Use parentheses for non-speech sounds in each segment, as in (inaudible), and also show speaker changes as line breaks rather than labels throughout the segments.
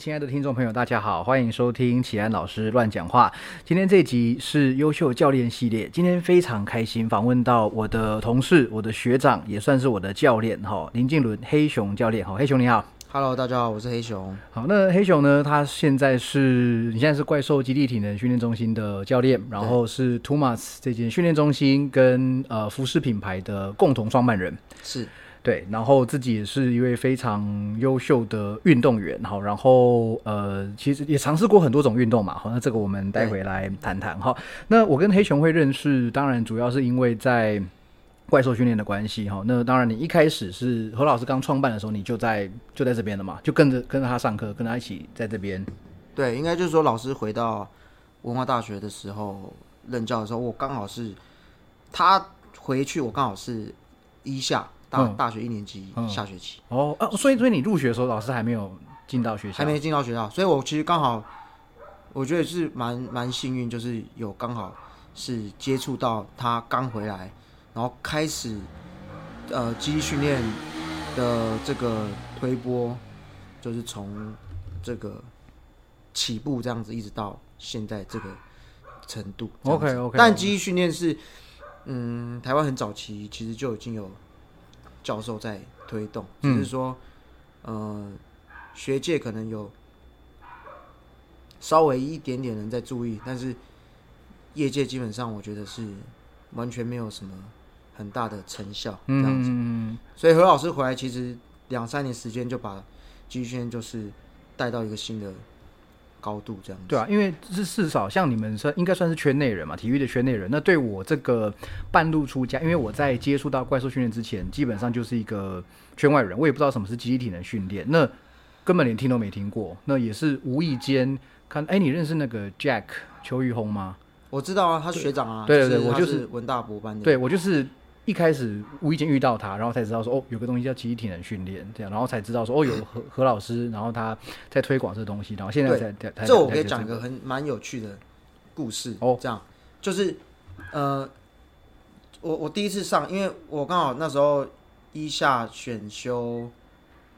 亲爱的听众朋友，大家好，欢迎收听启安老师乱讲话。今天这集是优秀教练系列，今天非常开心，访问到我的同事、我的学长，也算是我的教练哈，林敬伦黑熊教练哈，黑熊你好。
Hello，大家好，我是黑熊。
好，那黑熊呢？他现在是你现在是怪兽基地体能训练中心的教练，然后是 Tumas 这间训练中心跟呃服饰品牌的共同创办人。
是，
对，然后自己也是一位非常优秀的运动员，好，然后呃，其实也尝试过很多种运动嘛，好，那这个我们待会来谈谈哈。那我跟黑熊会认识，当然主要是因为在怪兽训练的关系哈。那当然，你一开始是何老师刚创办的时候，你就在就在这边了嘛，就跟着跟着他上课，跟他一起在这边。
对，应该就是说老师回到文化大学的时候任教的时候，我刚好是他回去，我刚好是一下大、
嗯
大学一年级下学期，
哦，啊，所以所以你入学的时候，老师还没有进到学校，
还没进到学校，所以我其实刚好我觉得是蛮蛮幸运，就是有刚好是接触到他刚回来，然后开始呃记忆训练的这个推波，就是从这个起步这样子一直到现在这个程度这样子。
OK，OK，
但记忆训练是嗯，台湾很早期其实就已经有教授在推动，只是说、呃学界可能有稍微一点点人在注意，但是业界基本上我觉得是完全没有什么很大的成效这样子。
嗯，
所以何老师回来其实两三年时间就把基圈就是带到一个新的高度这样子。
对啊，因为至至少像你们算应该算是圈内人嘛，体育的圈内人。那对我这个半路出家，因为我在接触到怪兽训练之前，基本上就是一个圈外人，我也不知道什么是集体体能训练，那根本连听都没听过。那也是无意间看，哎，你认识那个 Jack 邱玉红吗？
我知道啊，他是学长啊，
对对对
是
我
他
就是
是文大博班的。
对我就是一开始无意间遇到他，然后才知道说哦，有个东西叫集体体能训练，这样，然后才知道说哦，有
(coughs)
何何老师，然后他在推广这个东西，然后现在
对
才才才
这我
才
可以
才
讲一
这
个很蛮有趣的故事
哦
这样就是呃，我我第一次上，因为我刚好那时候一下选修，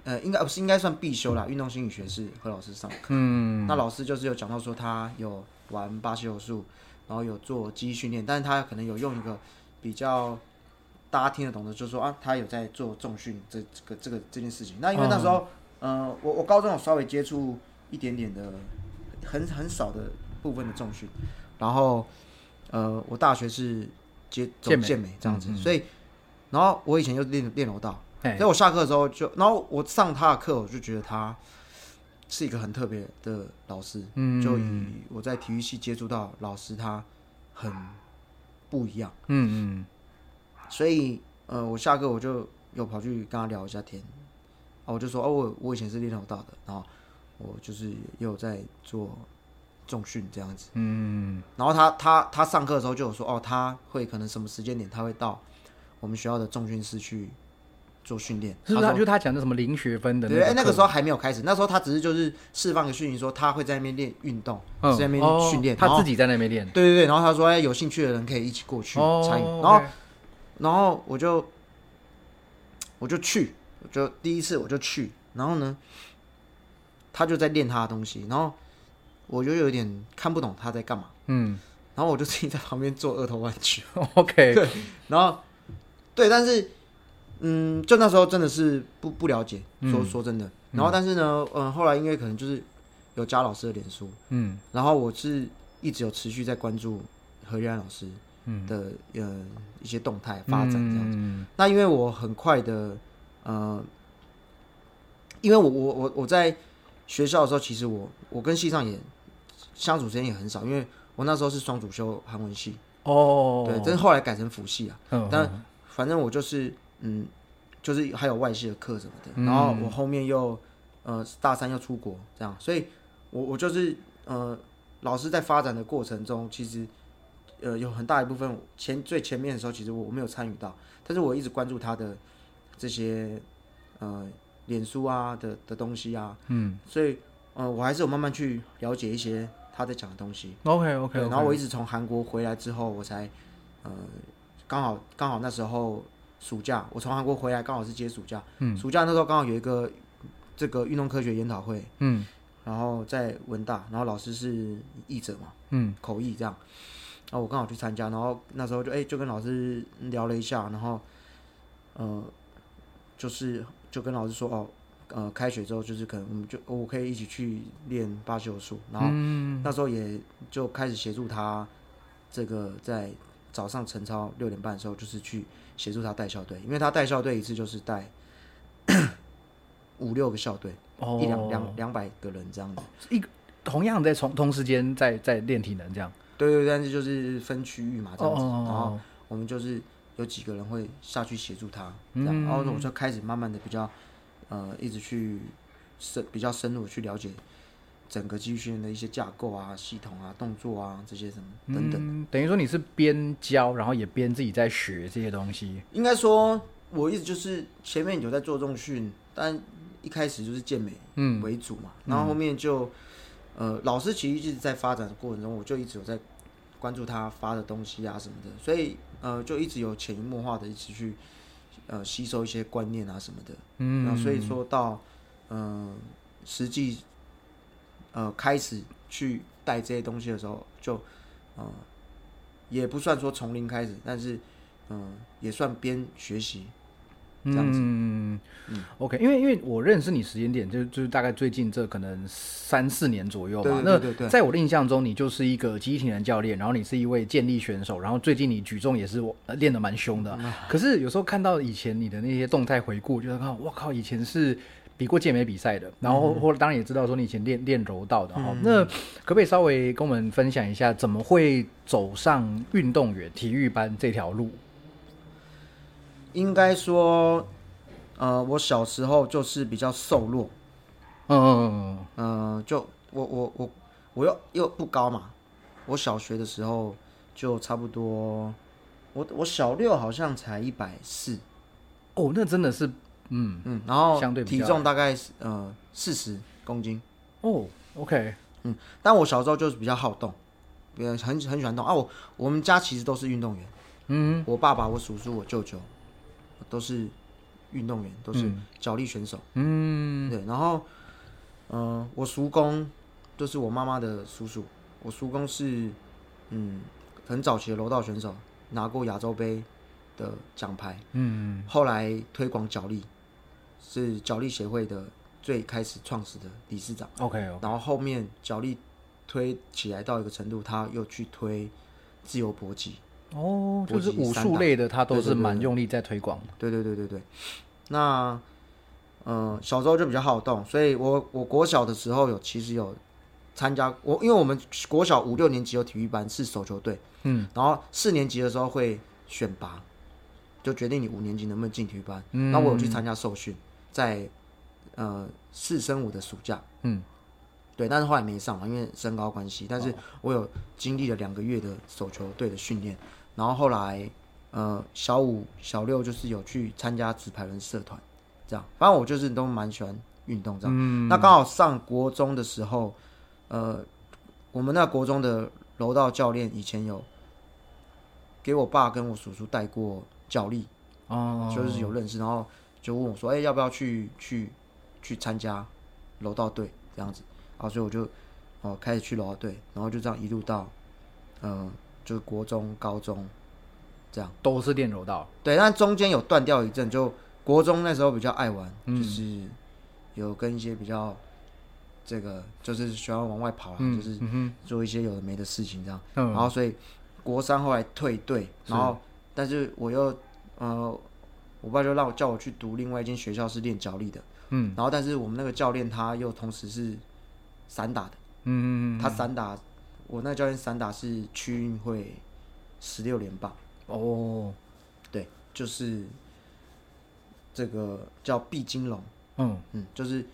呃，应该不是应该算必修啦，运动心理学是何老师上的课，嗯，那老师就是有讲到说他有玩巴西柔术，然后有做肌训练，但是他可能有用一个比较。大家听得懂的，就是说啊，他有在做重训这这个这个这件事情。那因为那时
哦
候，呃，我我高中有稍微接触一点点的很很少的部分的重训，然后呃，我大学是接走
健美嗯
健美这样子，所以然后我以前就练练柔道，
哎
所以我下课的时候就，然后我上他的课，我就觉得他是一个很特别的老师，
嗯
就以我在体育系接触到老师，他很不一样，
嗯嗯
所以呃，我下课我就有跑去跟他聊一下天，啊，我就说哦，我我以前是练柔道的，然后我就是也有在做重训这样子。
嗯
然后他他他上课的时候就有说，哦，他会可能什么时间点他会到我们学校的重训室去做训练。
是不是
他
他？
说
就他讲的什么零学分的
对，哎、那个
课
时候还没有开始，那时候他只是就是释放个讯息说他会在那边练运动，
嗯
在那
哦
边训练，然
他
后
自己在那边练
对对对，然后他说，哎，有兴趣的人可以一起过去
哦
参与。
，OK
然后然后我就我就去，我就第一次我就去，然后呢，他就在练他的东西，然后我就有点看不懂他在干嘛，
嗯 (laughs)
然后我就自己在旁边做二头弯举，
，OK，
(laughs) 然后对，但是嗯，就那时候真的是不不了解，
嗯
说说真的，然后但是呢，嗯，后来因为可能就是有加老师的脸书，
嗯
然后我是一直有持续在关注何玉安老师的、呃一些动态发展这样子。
嗯
那因为我很快的，呃，因为我我我我在学校的时候，其实我我跟系上也相处时间也很少，因为我那时候是双主修韩文系，
哦，
对，但是后来改成辅系啊。
嗯，
但反正我就是嗯，就是还有外系的课什么的，
嗯
然后我后面又呃大三要出国这样，所以我我就是呃老师在发展的过程中，其实呃有很大一部分前最前面的时候，其实我我没有参与到，但是我一直关注他的这些呃脸书啊的的东西啊，嗯，所以呃我还是有慢慢去了解一些他在讲的东西，
OK OK，
对，然后我一直从韩国回来之后，我才呃刚好刚好那时候暑假，我从韩国回来刚好是接暑假，嗯，暑假那时候刚好有一个这个运动科学研讨会，
嗯
然后在文大，然后老师是译者嘛，
嗯，
口译这样。然后我刚好去参加，然后那时候就哎、就跟老师聊了一下，然后呃就是就跟老师说哦。呃，开学之后就是可能我们就我可以一起去练巴西柔术，然后那时候也就开始协助他，这个在早上晨操六点半的时候，就是去协助他带校队，因为他带校队一次就是带五六个校队，
哦，
一两两两百个人这样子。
同样在同同时间在在练体能这样，
对对，对但是就是分区域啊嘛这样子，然后
哦，
我们就是有几个人会下去协助他，这
嗯
样，然后我就开始慢慢的比较呃一直去深比较深入地去了解整个肌训练的一些架构啊、系统啊、动作啊这些什么等等。
嗯等，等于说你是边教，然后也边自己在学这些东西，
应该说，我一直就是前面有在做重训，但一开始就是健美
嗯
为主嘛，然后后面就呃，老师其实一直在发展的过程中，我就一直有在关注他发的东西啊什么的，所以呃，就一直有潜移默化的一直去呃吸收一些观念啊什么的，那
嗯，
所以说到嗯、呃实际呃开始去带这些东西的时候，就嗯、呃也不算说从零开始，但是嗯、呃也算边学习这样子。
嗯 OK，因为因为我认识你时间点，就就是大概最近这可能三四年左右
对
嘛。
对对对对
那在我的印象中，你就是一个集体体能教练，然后你是一位健力选手，然后最近你举重也是我呃练得蛮凶的。
嗯啊
可是有时候看到以前你的那些动态回顾，就是看我靠，以前是。比过健美比赛的，然后
嗯
或当然也知道说你以前练练柔道的哈、那可不可以稍微跟我们分享一下，怎么会走上运动员体育班这条路？
应该说，呃，我小时候就是比较瘦弱，
嗯嗯嗯
嗯，就我我我我又又不高嘛，我小学的时候就差不多，我我小六好像才一百四，
哦，那真的是嗯
嗯，然后
相对比
体
较
重大概是呃四十公斤，
哦，OK，
但我小时候就是比较好动，呃很很喜欢动啊。我我们家其实都是运动员，
嗯，
我爸爸、我叔叔、我舅舅都是运动员，都是脚力选手，嗯，对。然后，嗯、我叔公就是我妈妈的叔叔，我叔公是嗯很早期的柔道选手，拿过亚洲杯的奖牌，
嗯，
后来推广脚力，是脚力协会的最开始创始的理事长。
OK，哦
然后后面脚力推起来到一个程度，他又去推自由搏击。
哦，就是
搏击
武
散
术
打
类的，它都
对对
是
对
蛮
对
用力在推广的。
对对对对对。那呃，小时候就比较好动，所以我我国小的时候有其实有参加我，因为我们国小五六年级有体育班是手球队，
嗯，
然后四年级的时候会选拔，就决定你五年级能不能进体育班。
嗯
那我有去参加受训，在呃四升五的暑假，
嗯，
对，但是后来没上嘛，因为身高关系。但是我有经历了两个月的手球队的训练，然后后来呃小五、小六就是有去参加直排轮社团，这样，反正我就是都蛮喜欢运动这样。那刚好上国中的时候，呃，我们那国中的柔道教练以前有给我爸跟我叔叔带过脚力，
哦，
就是有认识，然后就问我说：“哎、要不要去去去参加柔道队这样子？”啊，所以我就哦、开始去柔道队，然后就这样一路到嗯、呃就是国中、高中这样。
都是练柔道。
对，但中间有断掉一阵，就国中那时候比较爱玩，
嗯
就是有跟一些比较这个就是喜欢往外跑啦，
嗯，
就是
嗯哼
做一些有的没的事情这样。
嗯
然后所以国三后来退队，
是
然后但是我又呃，我爸就让我叫我去读另外一间学校是练脚力的，
嗯
然后但是我们那个教练他又同时是散打的，
嗯嗯嗯
他散打，我那个教练散打是区运会十六连霸，
哦，
对，就是这个叫毕金龙，
嗯
嗯，就是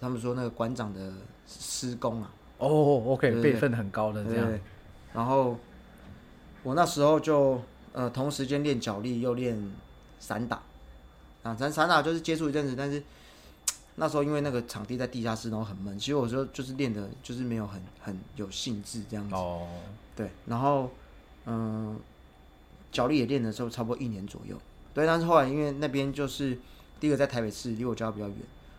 他们说那个馆长的师公啊，
哦
对
，OK，
对对
辈分很高的这
对，
样。
然后我那时候就呃，同时间练脚力又练散打啊，咱散打就是接触一阵子，但是那时候因为那个场地在地下室，然后很闷，其实我就就是练的就是没有很很有兴致这样子。
哦，
对，然后嗯、脚力也练的时候差不多一年左右。对，但是后来因为那边就是第一个在台北市，离我家比较远，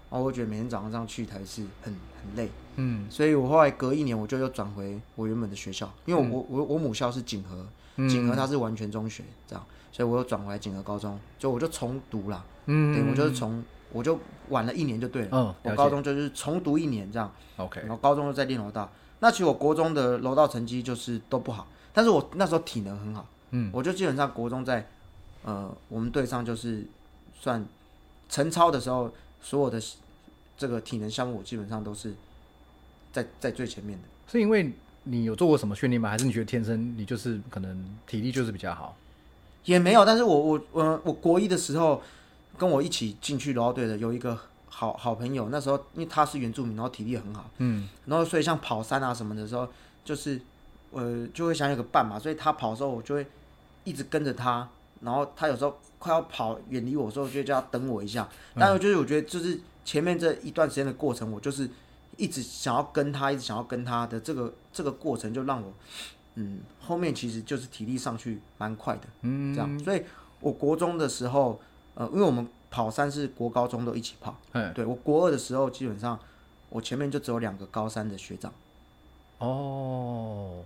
然后我觉得每天早上这样去台北市很很累，
嗯
所以我后来隔一年我就又转回我原本的学校，因
嗯
为我、我我我母校是锦和，锦和它是完全中学这样，所以我又转回来锦和高中，就我就重读啦，
嗯
对我就是从我就晚了一年就对了，
嗯
我
了
高
解
中就是重读一年这样，
OK，
然后高中又在练柔道。那其实我国中的柔道成绩就是都不好，但是我那时候体能很好，
嗯，
我就基本上国中在呃我们队上就是算晨操的时候，所有的这个体能项目我基本上都是在在最前面的。
是因为你有做过什么训练吗？还是你觉得天生你就是可能体力就是比较好？
也没有，但是我我呃我我国一的时候，跟我一起进去柔道队的有一个好好朋友，那时候因为他是原住民，然后体力很好，
嗯，
然后所以像跑山啊什么的时候，就是呃就会想有个伴嘛，所以他跑的时候我就会一直跟着他，然后他有时候快要跑远离我的时候，我就会叫他等我一下。但是就是我觉得就是前面这一段时间的过程，我就是一直想要跟他，一直想要跟他的这个这个过程，就让我嗯后面其实就是体力上去蛮快的，嗯，这样。所以我国中的时候，呃，因为我们跑山是国高中都一起跑。
嗯，
对我国二的时候，基本上我前面就只有两个高三的学长，
哦，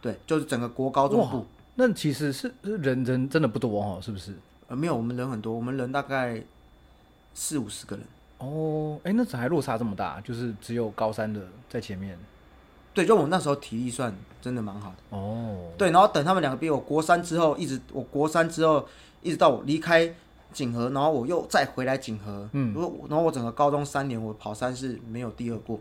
对，就是整个国高中部，
那其实是是人人真的不多哦，是不是？
呃，没有我们人很多，我们人大概四五十个人，
哦，哎，那怎么还落差这么大？就是只有高三的在前面。
对，就我那时候体力算真的蛮好的，
哦，
对，然后等他们两个毕业，我国三之后一直，我国三之后一直到我离开锦和，然后我又再回来锦和，嗯，如果然后我整个高中三年，我跑山是没有第二过，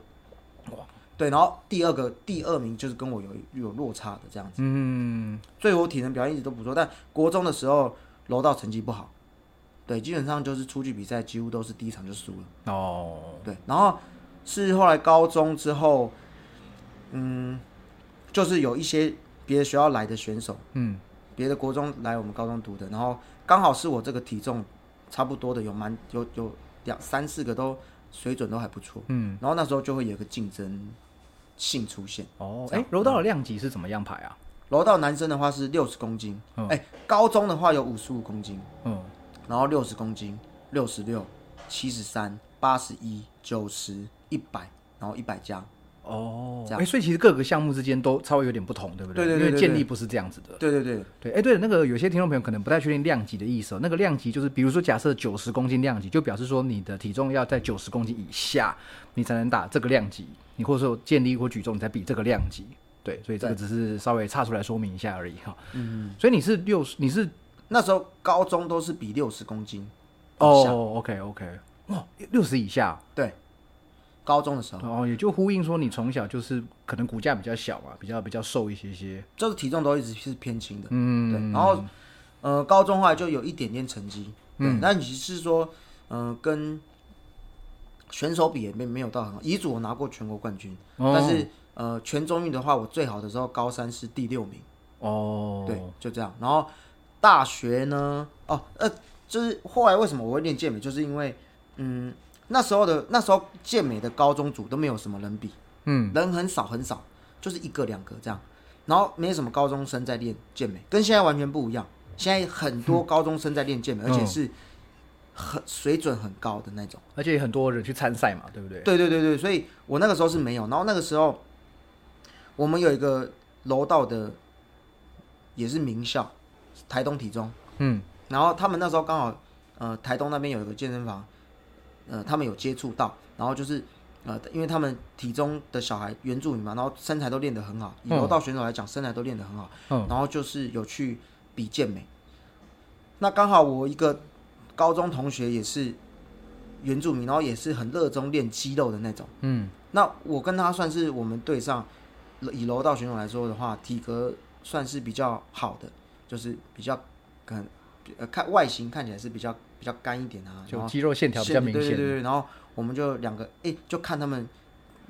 对，然后第二个第二名就是跟我有有落差的这样子。
嗯，
最后体能表现一直都不错，但国中的时候柔道成绩不好，对，基本上就是出去比赛几乎都是第一场就输了，
哦，
对，然后是后来高中之后，嗯，就是有一些别的学校来的选手，
嗯，
别的国中来我们高中读的，然后刚好是我这个体重差不多的，有蛮有有两三四个都水准都还不错，
嗯，
然后那时候就会有个竞争性出现。
哦，
这
哎
样，嗯
柔道的量级是怎么样排啊？
柔道男生的话是六十公斤，哎、
嗯
高中的话有五十五公斤，
嗯，
然后六十公斤、六十六、七十三、八十一、九十、一百，然后一百加。
哦，
这样
哎，所以其实各个项目之间都稍微有点不同，对不
对对对
因为
对
建
对
立不是这样子的。
对对对，
对，哎，对了，那个有些听众朋友可能不太确定量级的意思哦。那个量级就是，比如说假设九十公斤量级，就表示说你的体重要在九十公斤以下，你才能打这个量级，你或者说建立或举重，你才比这个量级。对，所以这个只是稍微岔出来说明一下而已哈。嗯，所以你是六十，你是
那时候高中都是比六十公斤以下，
哦，OK OK，哦，六十以下，
对，高中的时候
哦，也就呼应说你从小就是可能骨架比较小嘛，比较比较瘦一些些。
就是体重都一直是偏轻的。
嗯，
对，然后呃，高中后来就有一点点成绩，对，那你是说，嗯、跟选手比也没没有到很好，乙组我拿过全国冠军，
哦
但是呃，全中运的话，我最好的时候高三是第六名，
哦，
对，就这样。然后大学呢，哦，呃，就是后来为什么我会练健美，就是因为嗯，那时候的那时候健美的高中组都没有什么人比，
嗯，
人很少很少，就是一个两个这样，然后没什么高中生在练健美，跟现在完全不一样。现在很多高中生在练健美，
嗯
而且是很水准很高的那种。
而且很多人去参赛嘛，对不对？
对对对对，所以我那个时候是没有，然后那个时候我们有一个楼道的也是名校，台东体中，
嗯，
然后他们那时候刚好呃台东那边有一个健身房，呃他们有接触到，然后就是呃因为他们体中的小孩原住民嘛，然后身材都练得很好，以
嗯
柔道选手来讲身材都练得很好，
嗯
然后就是有去比健美，那刚好我一个高中同学也是原住民，然后也是很热衷练肌肉的那种。
嗯，
那我跟他算是我们队上以柔道选手来说的话，体格算是比较好的，就是比较可能呃看外形看起来是比较比较干一点啊，然
就
后
肌肉线条比较明
对对对
显。
对，然后我们就两个哎、就看他们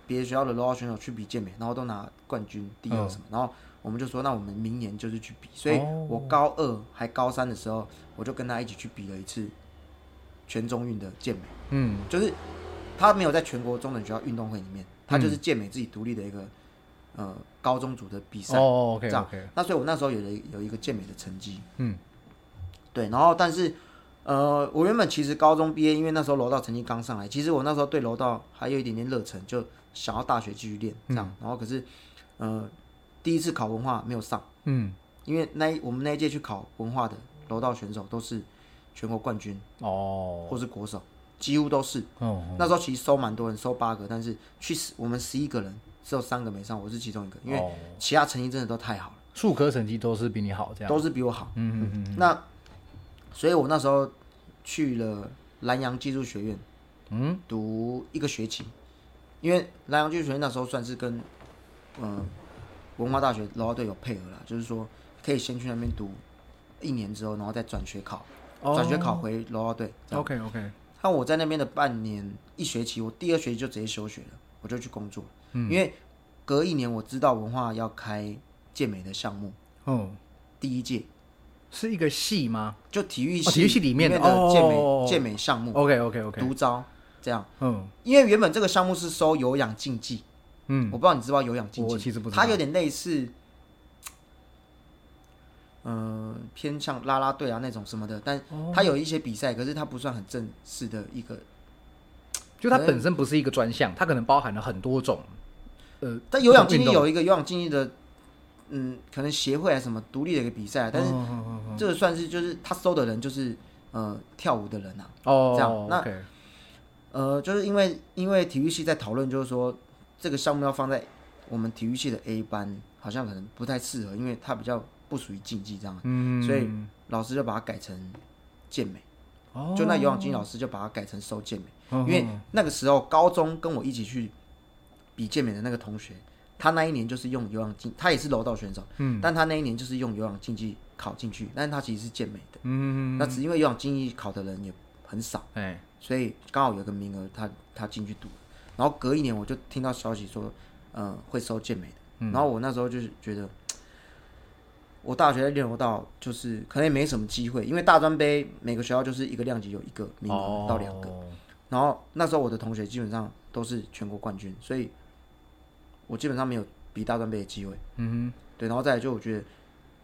别的学校的柔道选手去比健美，然后都拿冠军第二
嗯
什么，然后我们就说那我们明年就是去比，所以
哦
我高二还高三的时候，我就跟他一起去比了一次全中运的健美。
嗯，
就是他没有在全国中等学校运动会里面，他
嗯
就是健美自己独立的一个呃高中组的比赛。
哦，OK
这样
OK，
那所以我那时候有了一有一个健美的成绩，
嗯，
对，然后但是呃，我原本其实高中毕业，因为那时候柔道成绩刚上来，其实我那时候对柔道还有一点点热忱，就想要大学继续练这样。
嗯
然后可是，呃，第一次考文化没有上，
嗯，
因为那一我们那一届去考文化的柔道选手都是全国冠军
哦，
或是国手，几乎都是。
哦，
那时候其实收蛮多人，收八个，但是去十我们十一个人只有三个没上，我是其中一个，因为
哦
其他成绩真的都太好了，
数科成绩都是比你好，这样，
都是比我好。
嗯嗯
那所以我那时候去了南洋技术学院
嗯
读一个学期，因为南洋技术学院那时候算是跟嗯、呃文化大学柔道队有配合啦，就是说可以先去那边读一年之后，然后再转学考，
哦
转学考回柔道队。
嗯，OK OK，
那我在那边的半年一学期，我第二学期就直接休学了，我就去工作了，
嗯
因为隔一年我知道文化要开健美的项目，
哦，
第一届
是一个系吗
就体育
哦体育系里
里
面的
的健美、
哦
健美项目
？OK OK OK，
独招这样，
嗯
因为原本这个项目是收有氧竞技，
嗯，
我不知道你知不知道有氧竞技，
我其实不知道
它有点类似，嗯、偏向啦啦队啊那种什么的，但
哦
它有一些比赛，可是它不算很正式的一个，
就它本身不是一个专项，它可能包含了很多种，呃，
但有氧竞
运
技
动
有一个有氧竞技的，嗯，可能协会还是什么独立的一个比赛，啊但是
嗯嗯嗯嗯
这个算是就是他收的人就是呃跳舞的人啊，
哦，
这样那
OK，
呃，就是因为因为体育系在讨论，就是说这个项目要放在我们体育系的 A 班，好像可能不太适合，因为它比较不属于竞技这样，
嗯，
所以老师就把它改成健美。
哦
就那有氧竞技老师就把它改成收健美，
嗯
因为那个时候高中跟我一起去比健美的那个同学，他那一年就是用有氧竞，他也是柔道选手，嗯，但他那一年就是用有氧竞技考进去，但是他其实是健美的，
嗯，
那只因为有氧竞技考的人也很少。
哎，
所以刚好有个名额，他他进去读，然后隔一年我就听到消息说，呃，会收健美的，然后我那时候就是觉得，我大学在练柔道就是可能也没什么机会，因为大专杯每个学校就是一个量级有一个名额到两个，
哦
然后那时候我的同学基本上都是全国冠军，所以我基本上没有比大专杯的机会，
嗯
对，然后再来就我觉得，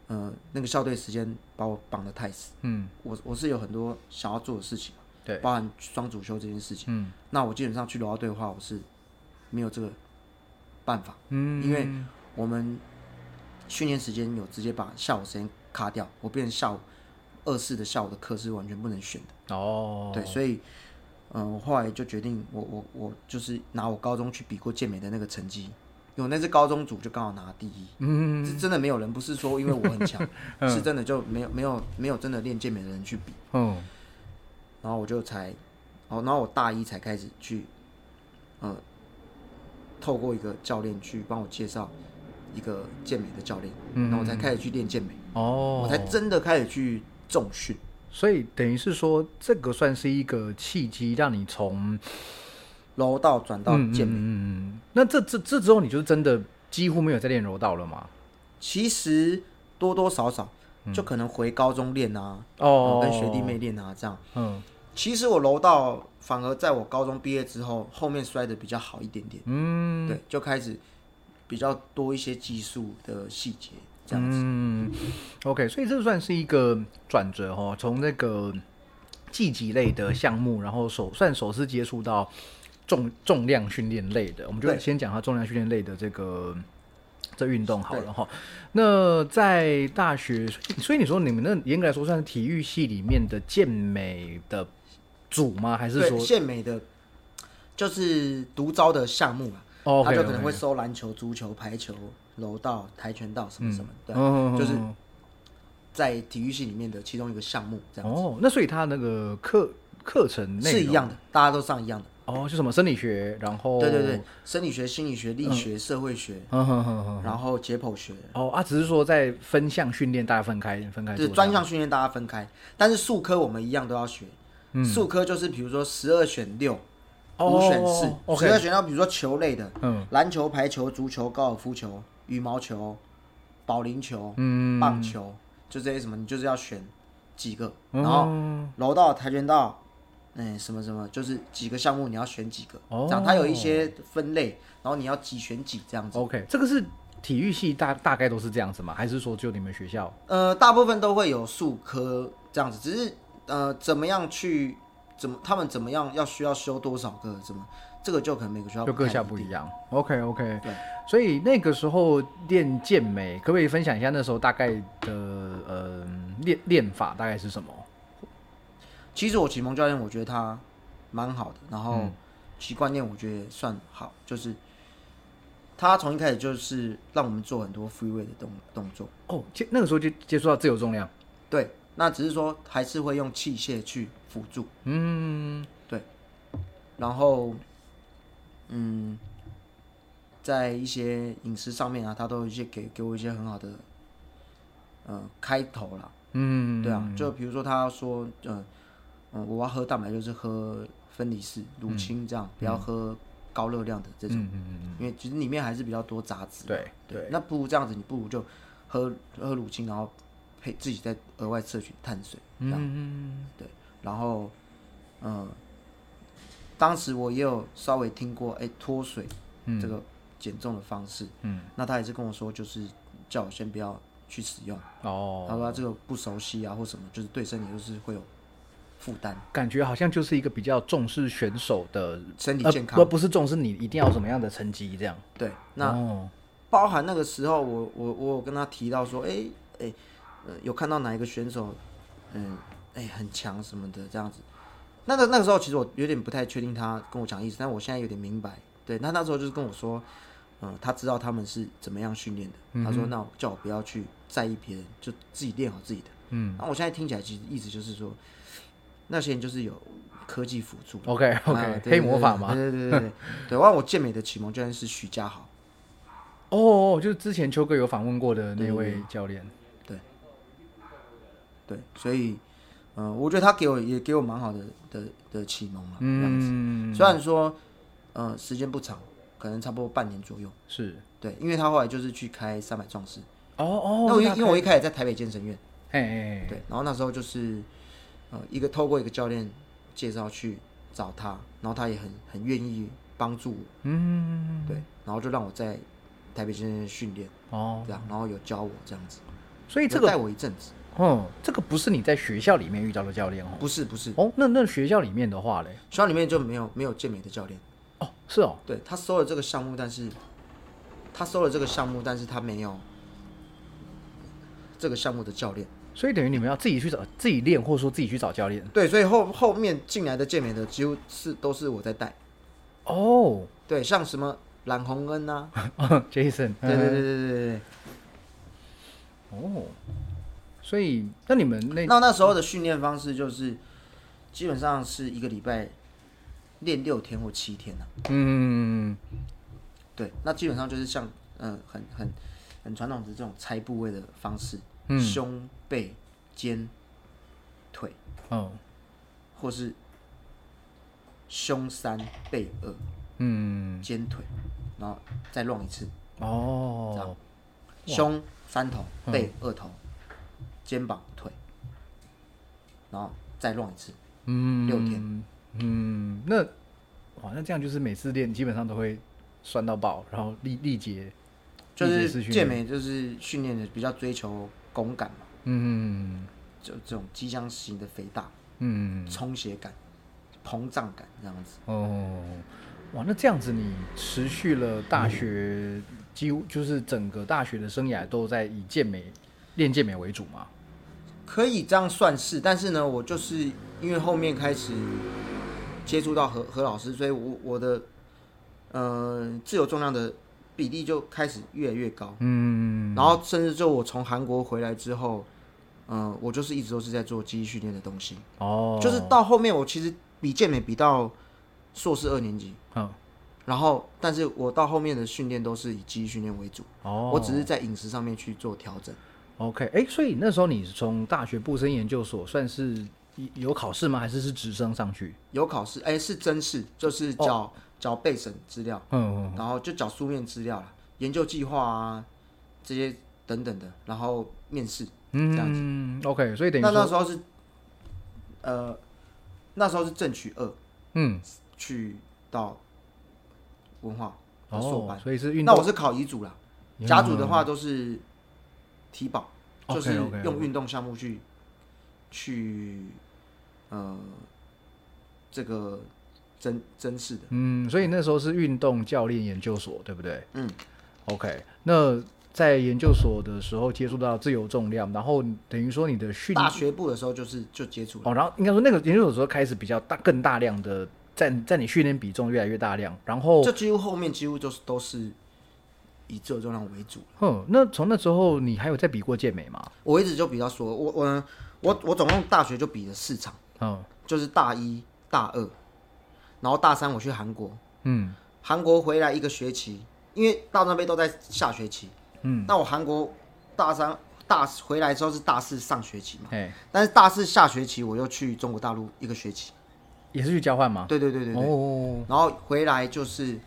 呃，那个校队时间把我绑得太死，
哼嗯，
我我是有很多想要做的事情嘛，
对，
包含双主修这件事情。
嗯
那我基本上去柔道队的话，我是没有这个办法，
嗯，
因为我们训练时间有直接把下午时间卡掉，我变成下午二四的下午的课是完全不能选的。
哦，
对，所以，嗯、我后来就决定我，我我就是拿我高中去比过健美的那个成绩，因为我那次高中组就刚好拿第一，
嗯，
是真的没有人，不是说因为我
(laughs)
很强，是真的就没有没有没有真的练健美的人去比。
嗯
然后我就才，哦，然后我大一才开始去，呃，透过一个教练去帮我介绍一个健美的教练，然后我才开始去练健美，
嗯哦，
我才真的开始去重训。
所以等于是说，这个算是一个契机，让你从
柔道转到健美，
嗯，那这这这之后，你就真的几乎没有在练柔道了吗？
其实多多少少就可能回高中练啊，
嗯哦，
然后跟学弟，妹练啊这样。
嗯
其实我柔道反而在我高中毕业之后，后面摔的比较好一点点，
嗯，
对，就开始比较多一些技术的细节这样子。
嗯，OK，所以这算是一个转折哦，从那个技击类的项目，然后首算首次接触到重重量训练类的，我们就
对
先讲它重量训练类的这个。这运动好
对
了哈，那在大学，所以你说你们那严格来说算是体育系里面的健美的组吗？还是
对
说
健美的，就是独招的项目吧，
哦，
他就可能会收篮球、足球、排球、柔道、跆拳道什么什么，对，
嗯，
就是
嗯
在体育系里面的其中一个项目，这样子、
哦，那所以他那个课课程内
是一
容
样的，大家都上一样的。
哦，就什么生理学，然后
对对对，，生理学、心理学、力学、社会学，
嗯哼哼哼，
然后解剖学，
哦啊，只是说在分项训练大家分开分开
对
做，
专项训练大家分开，但是数科我们一样都要学。数科就是比如说十二选六，五选四
嗯哦，
十二
，OK，
选到比如说球类的，
嗯
篮球、排球、足球、高尔夫球、羽毛球、保龄球、
嗯
棒球，就这些什么，你就是要选几个，
嗯
然后柔道、跆拳道，嗯、什么什么，就是几个项目你要选几个，
哦
这样它有一些分类，然后你要几选几这样子。
OK，这个是体育系大大概都是这样子吗？还是说就你们学校？
呃，大部分都会有数科这样子，只是呃，怎么样去怎么他们怎么样要需要修多少个，怎么这个就可能每个学校
就
不
各
太
下
一
不
定
一样。OK OK，
对，
所以那个时候练健美，可不可以分享一下那时候大概的呃练练法大概是什么？
其实我启蒙教练，我觉得他蛮好的，然
嗯
后其观念我觉得也算好，就是他从一开始就是让我们做很多 free weight 的动动作，
哦，接那个时候就接触到自由重量，
对，那只是说还是会用器械去辅助，
嗯，
然后嗯，在一些饮食上面啊，他都有一些给给我一些很好的呃开头啦，
嗯，
对啊，就比如说他说，呃，嗯，我要喝蛋白就是喝分离式乳
嗯
清这样，不要喝高热量的这种，因为其实里面还是比较多杂质。
对对，
那不如这样子，你不如就喝喝乳清，然后配自己再额外摄取碳水，这样、
嗯，
然后，嗯，当时我也有稍微听过，哎、脱水
嗯
这个减重的方式，
嗯，
那他也是跟我说，就是叫我先不要去使用。
哦，
他说他这个不熟悉啊，或什么，就是对身体就是会有负担，
感觉好像就是一个比较重视选手的
身体
呃
健康。
不不是重视你一定要什么样的成绩这样。
对，那
哦
包含那个时候我，我我有跟他提到说，哎、哎、呃，有看到哪一个选手，嗯，哎、很强什么的这样子。那个那个时候，其实我有点不太确定他跟我讲意思，但我现在有点明白。对，那那时候就是跟我说，嗯、他知道他们是怎么样训练的。
嗯
他说，那我叫我不要去在意别人，就自己练好自己的。
嗯，
那我现在听起来其实意思就是说，那些人就是有科技辅助，
，OK
(laughs) 啊
OK，
对
黑
对
魔
对
法嘛，
对对对对对，对，我我健美的启蒙教练是许家豪，
哦，就是之前秋哥有访问过的那位教练，
对，所以，嗯、我觉得他给我也给我蛮好的的的启蒙了，这样子。
嗯，
虽然说，呃，时间不长，可能差不多半年左右，
是，
对，因为他后来就是去开三百壮士，
哦哦，
那我因
大
因为
概
我一开始在台北健身院，
哎哎，哎
对，然后那时候就是，呃，一个透过一个教练介绍去找他，然后他也很很愿意帮助我，
嗯，
对，然后就让我在台北健身院训练，
哦，
这样，然后有教我这样子。
所以这
有带
个，
我一阵子，
嗯，这个不是你在学校里面遇到的教练哦，
不是不是，
哦，那那学校里面的话嘞，
学校里面就没有没有健美的教练，
哦，是哦，
对他收了这个项目，但是他收了这个项目，但是他没有这个项目的教练，
所以等于你们要自己去找自己练，或者说自己去找教练，
对，所以后后面进来的健美的几乎是都是我在带，
哦 (laughs)
对，像什么冉洪恩呐、啊，
，Jason，
对对对
嗯，
对对对
哦，所以那你们那
对，那那时候的训练方式就是基本上是一个礼拜练六天或七天啊，
嗯，
对，那基本上就是像嗯、呃很很很传统的这种拆部位的方式，
嗯
胸、背、肩、腿，
哦，
或是胸三、背二、
嗯，
肩腿，然后再乱一次，这
哦
样，胸三头，
嗯
背二头，肩膀腿，然后再乱一次，
嗯，
六天，
嗯，那哇，那这样就是每次练基本上都会酸到爆，然后力力竭，
就
力竭
是
式训
健
练，
美就是训练的比较追求拱感嘛，
嗯
就这种机箱型的肥大，
嗯，
充血感、膨胀感这样子。
哦，哇，那这样子你持续了大学，几乎就是整个大学的生涯都在以健美练健美为主嘛？
可以这样算是，但是呢，我就是因为后面开始接触到何何老师，所以我我的呃自由重量的比例就开始越来越高，
嗯，
然后甚至就我从韩国回来之后，嗯、我就是一直都是在做记忆训练的东西，
哦，
就是到后面我其实比健美比到硕士二年级，
嗯，
然后但是我到后面的训练都是以记忆训练为主，
哦，
我只是在饮食上面去做调整。
OK，哎、所以那时候你从大学部升研究所算是有考试吗？还是是直升上去？
有考试，哎、是真试，就是缴缴备审资料，
哦嗯
然后就缴书面资料啦，研究计划啊这些等等的，然后面试。这样
嗯，OK，所以等于
那那
说，
时候是，呃，那时候是正取二
嗯，
去到文化的硕
哦
班，，
所以是运
那
动
我是考乙组啦，
嗯
甲组的话都是体保，就是
OK，OK，OK
用运动项目去去呃这个真真是的。
嗯，所以那时候是运动教练研究所，对不对？嗯，OK，那。在研究所的时候接触到自由重量，然后等于说你的训
大学部的时候就是就接触了，
哦，然后应该说那个研究所的时候开始比较大更大量的占占你训练比重越来越大量，然后
这几乎后面几乎就是都是以自由重量为主。
哼，那从那时候你还有在比过健美吗？
我一直就比较说，我我我我总共大学就比了四场，
嗯
就是大一、大二，然后大三我去韩国，
嗯
韩国回来一个学期，因为大专杯都在下学期，
嗯，
那我韩国大三大回来之后是大四上学期嘛，
哎，
但是大四下学期我又去中国大陆一个学期，
也是去交换吗？
对对对对对，
哦，
然后回来就是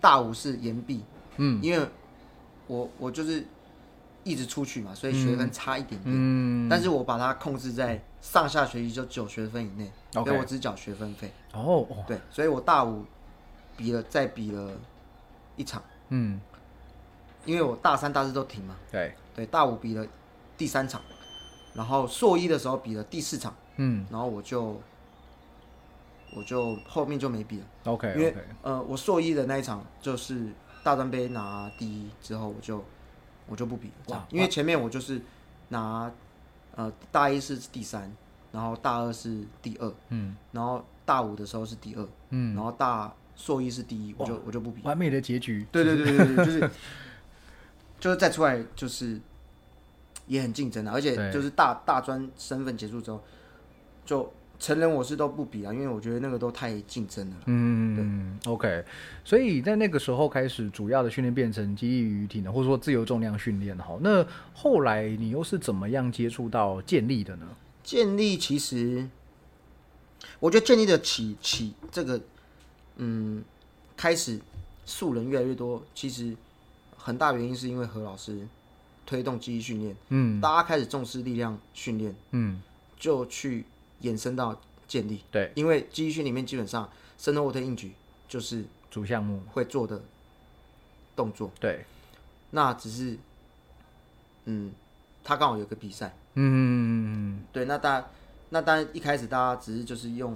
大五是延毕，
嗯，
因为我我就是一直出去嘛，所以学分差一点点，
嗯，
但是我把它控制在上下学期就九学分以内
OK
所以我只缴学分费。
哦哦，
对，所以我大五比了再比了一场，
嗯，
因为我大三、大四都停嘛，
对，
对，大五比了第三场，然后硕一的时候比了第四场，
嗯
然后我就我就后面就没比了。
，OK
因
哎
为
OK，
呃，我硕一的那一场就是大专杯拿第一之后，我就我就不比了，这样
哇，
因为前面我就是拿呃大一是第三，然后大二是第二，
嗯
然后大五的时候是第二，
嗯，
然后大硕一是第一，我就我就不比了。
完美的结局，
对对
(laughs)
对对对，就是就是再出来就是也很竞争的，而且
对
就是大大专身份结束之后，就成人我是都不比了，因为我觉得那个都太竞争了。
嗯，OK，所以在那个时候开始，主要的训练变成基于体能，或者说自由重量训练。好，那后来你又是怎么样接触到健力的呢？
建立其实，我觉得建立的起起这个，嗯，开始素人越来越多，其实很大原因是因为何老师推动记忆训练，
嗯
大家开始重视力量训练，
嗯，
就去延伸到建立，
对，
因为记忆训里面基本上深蹲、卧推、硬举就是
主项目，
会做的动作，
对，
那只是，嗯，他刚好有个比赛。
嗯
对，那大那当然一开始大家只是就是用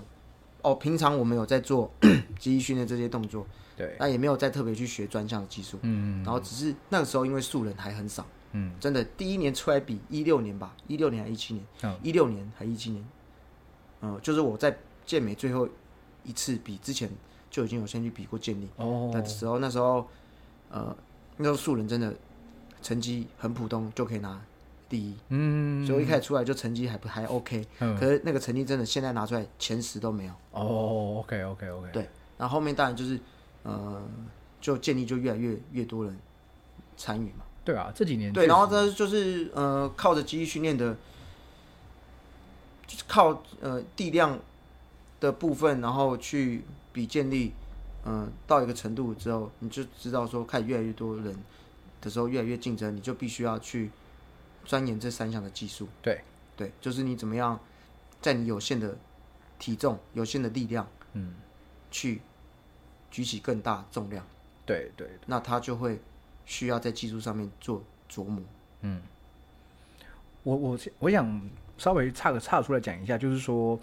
哦，平常我们有在做 (coughs) 记忆训练这些动作，
对，
那也没有再特别去学专项的技术，
嗯
然后只是那个时候因为素人还很少，
嗯，
真的第一年出来比一六年吧，一六年还一七年
嗯，
一六、年还一七年，嗯、就是我在健美最后一次比之前就已经有先去比过健力，
哦，
那时候那时候呃那时候素人真的成绩很普通就可以拿第一，
嗯，
所以我一开始出来就成绩还不还 OK，、
嗯
可是那个成绩真的现在拿出来前十都没有。
哦，OK OK OK，
对，然后后面当然就是呃，就建立就越来越越多人参与嘛。
对啊，这几年
对，
确
然后
实
这就是呃，靠着记忆训练的，就是靠呃力量的部分，然后去比建立，嗯、到一个程度之后，你就知道说，看越来越多人的时候，越来越竞争，你就必须要去钻研这三项的技术。
对，
对，就是你怎么样在你有限的体重、有限的力量
嗯，
去举起更大重量，
对对
那他就会需要在技术上面做琢磨。
我我我想稍微岔个岔出来讲一下，就是说，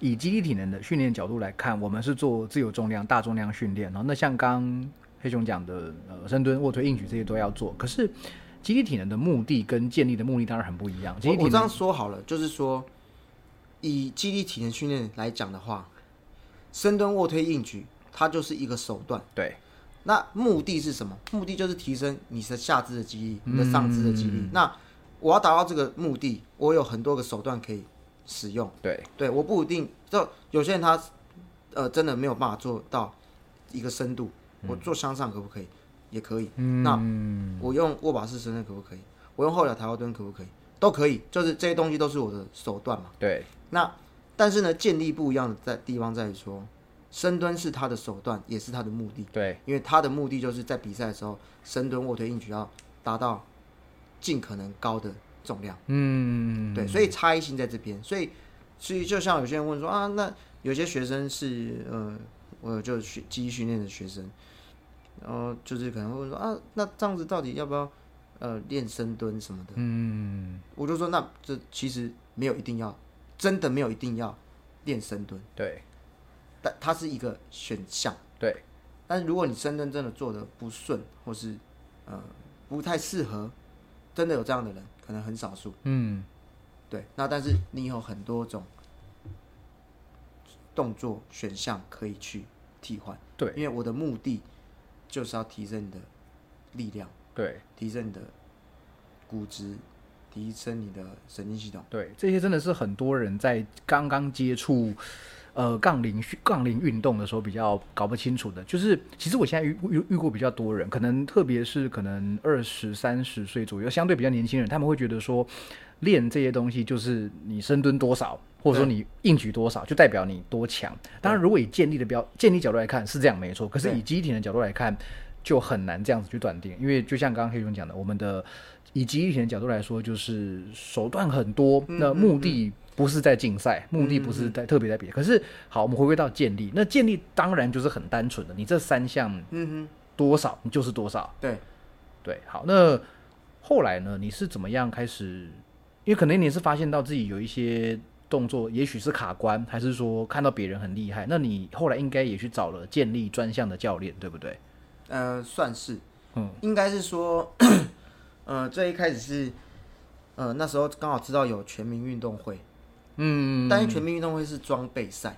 以肌力体能的训练角度来看，我们是做自由重量、大重量训练，然后那像刚黑熊讲的，呃，深蹲、卧推、硬举这些都要做，可是肌力体能的目的跟建立的目的当然很不一样。肌
我
力体
我这
能
样说好了，就是说，以肌力体能训练来讲的话，深蹲、卧推、硬举，它就是一个手段。
对
那目的是什么？目的就是提升你的下肢的肌力，你的上肢的肌力。那我要达到这个目的，我有很多个手段可以使用。
对
对，我不一定，就有些人他呃真的没有办法做到一个深度，我做向上可不可以？也可以。那我用握把式深蹲可不可以？我用后脚抬高蹲可不可以？都可以，就是这些东西都是我的手段嘛。
对
那但是呢，建立不一样的在地方在于说，深蹲是他的手段，也是他的目的，
对
因为他的目的就是在比赛的时候，深蹲、卧推、硬举要达到尽可能高的重量。
嗯
对，所以差异性在这边，所以所以就像有些人问说啊，那有些学生是呃，我就学记忆训练的学生，然后就是可能会问说啊，那这样子到底要不要呃练深蹲什么的？
嗯
我就说那这其实没有一定要，真的没有一定要练深蹲，
对
但它是一个选项。
对，
但是如果你深蹲真的做的不顺，或是呃不太适合，真的有这样的人，可能很少数。
嗯，
对，那但是你有很多种动作选项可以去替换。
对
因为我的目的就是要提升你的力量，
对
提升你的骨质，提升你的神经系统。
对，这些真的是很多人在刚刚接触。呃，杠铃杠铃运动的时候比较搞不清楚的，就是其实我现在遇遇遇过比较多人，可能特别是可能二十三十岁左右，相对比较年轻人，他们会觉得说，练这些东西就是你深蹲多少，或者说你硬举多少，就代表你多强。当然，如果以建立的标建立角度来看是这样没错，可是
对
以机体的角度来看就很难这样子去断定，因为就像刚刚黑熊讲的，我们的以机体的角度来说，就是手段很多，那目的不是在竞赛，目的不是在特别在比。可是好，我们回归到建立，那建立当然就是很单纯的，你这三项
嗯
多少你就是多少
哼，，对，
对，好，那后来呢？你是怎么样开始？因为可能你是发现到自己有一些动作，也许是卡关，还是说看到别人很厉害，那你后来应该也去找了建立专项的教练，对不对？
呃，算是，
嗯，
应该是说，呃，最一开始是，呃，那时候刚好知道有全民运动会，
嗯
但是全民运动会是装备赛，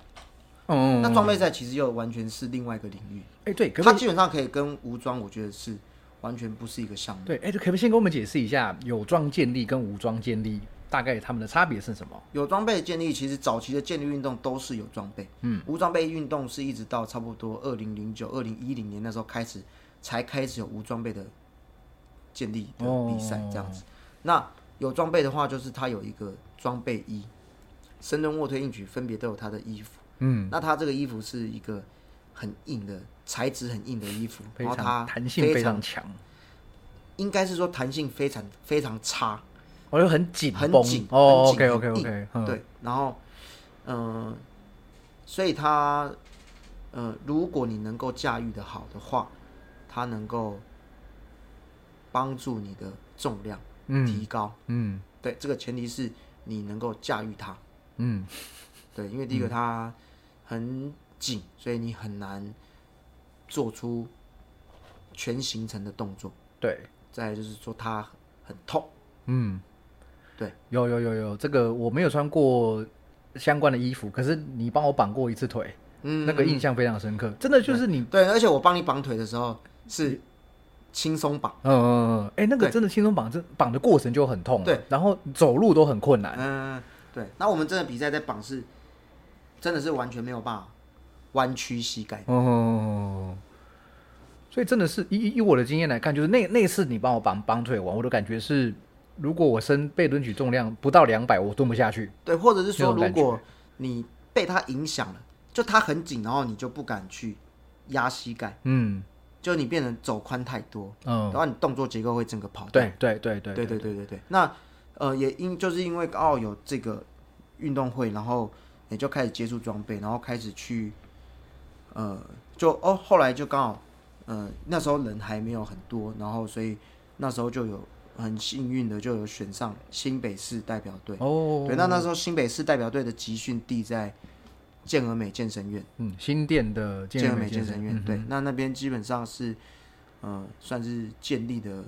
嗯
那装备赛其实又完全是另外一个领域，
哎、对，可不
它
可以？
基本上可以跟无装，我觉得是完全不是一个项目。
对，哎、可不可以先跟我们解释一下有装建立跟无装建立大概他们的差别是什么？
有装备的建立，其实早期的建立运动都是有装备，嗯，无装备运动是一直到差不多二零零九、二零一零年那时候开始，才开始有无装备的建立的比赛
哦
这样子。那有装备的话，就是它有一个装备衣，深蹲、卧推、硬举分别都有它的衣服。
嗯，
那它这个衣服是一个很硬的材质，很硬的衣服，
非
然后它
常弹性非常强，
应该是说弹性非常非常差，
我就哦很紧
很
绷
紧
哦
很紧
，OK OK
很
OK，嗯，
对，然后，嗯、所以它，呃，如果你能够驾驭的好的话，它能够帮助你的重量提
嗯
高。
嗯
对，这个前提是你能够驾驭它。
嗯，
对，因为第一个它很紧，所以你很难做出全行程的动作。
对。
再来就是说它很痛，
嗯，
对，
有有有有，这个我没有穿过相关的衣服，可是你帮我绑过一次腿，
嗯，
那个印象非常深刻，真的就是你，
对，而且我帮你绑腿的时候是轻松绑。
嗯嗯嗯，哎、那个
对
真的轻松绑，这绑的过程就很痛，
对，
然后走路都很困难，
嗯，对。那我们真的比赛在绑是，真的是完全没有办法弯曲膝盖。
哦，所以真的是以以以我的经验来看，就是那那次你帮我绑绑腿完，我的感觉是，如果我伸背蹲举重量不到两百，我蹲不下去，
对，或者是
那
说，
种感
如果你被它影响了，就它很紧，然后你就不敢去压膝盖，
嗯
就你变成走宽太多，
嗯
然，后你动作结构会整个跑掉。
对对对对
对对对对对。那呃，也因就是因为哦有这个运动会，然后也就开始接触装备，然后开始去呃，就哦后来就刚好呃那时候人还没有很多，然后所以那时候就有很幸运的就有选上新北市代表队。
哦，
对，那那时候新北市代表队的集训地在健儿美健身院。
嗯，新店的健
健
美
美健身
身
院，
嗯
对，那那边基本上是，呃，算是建立的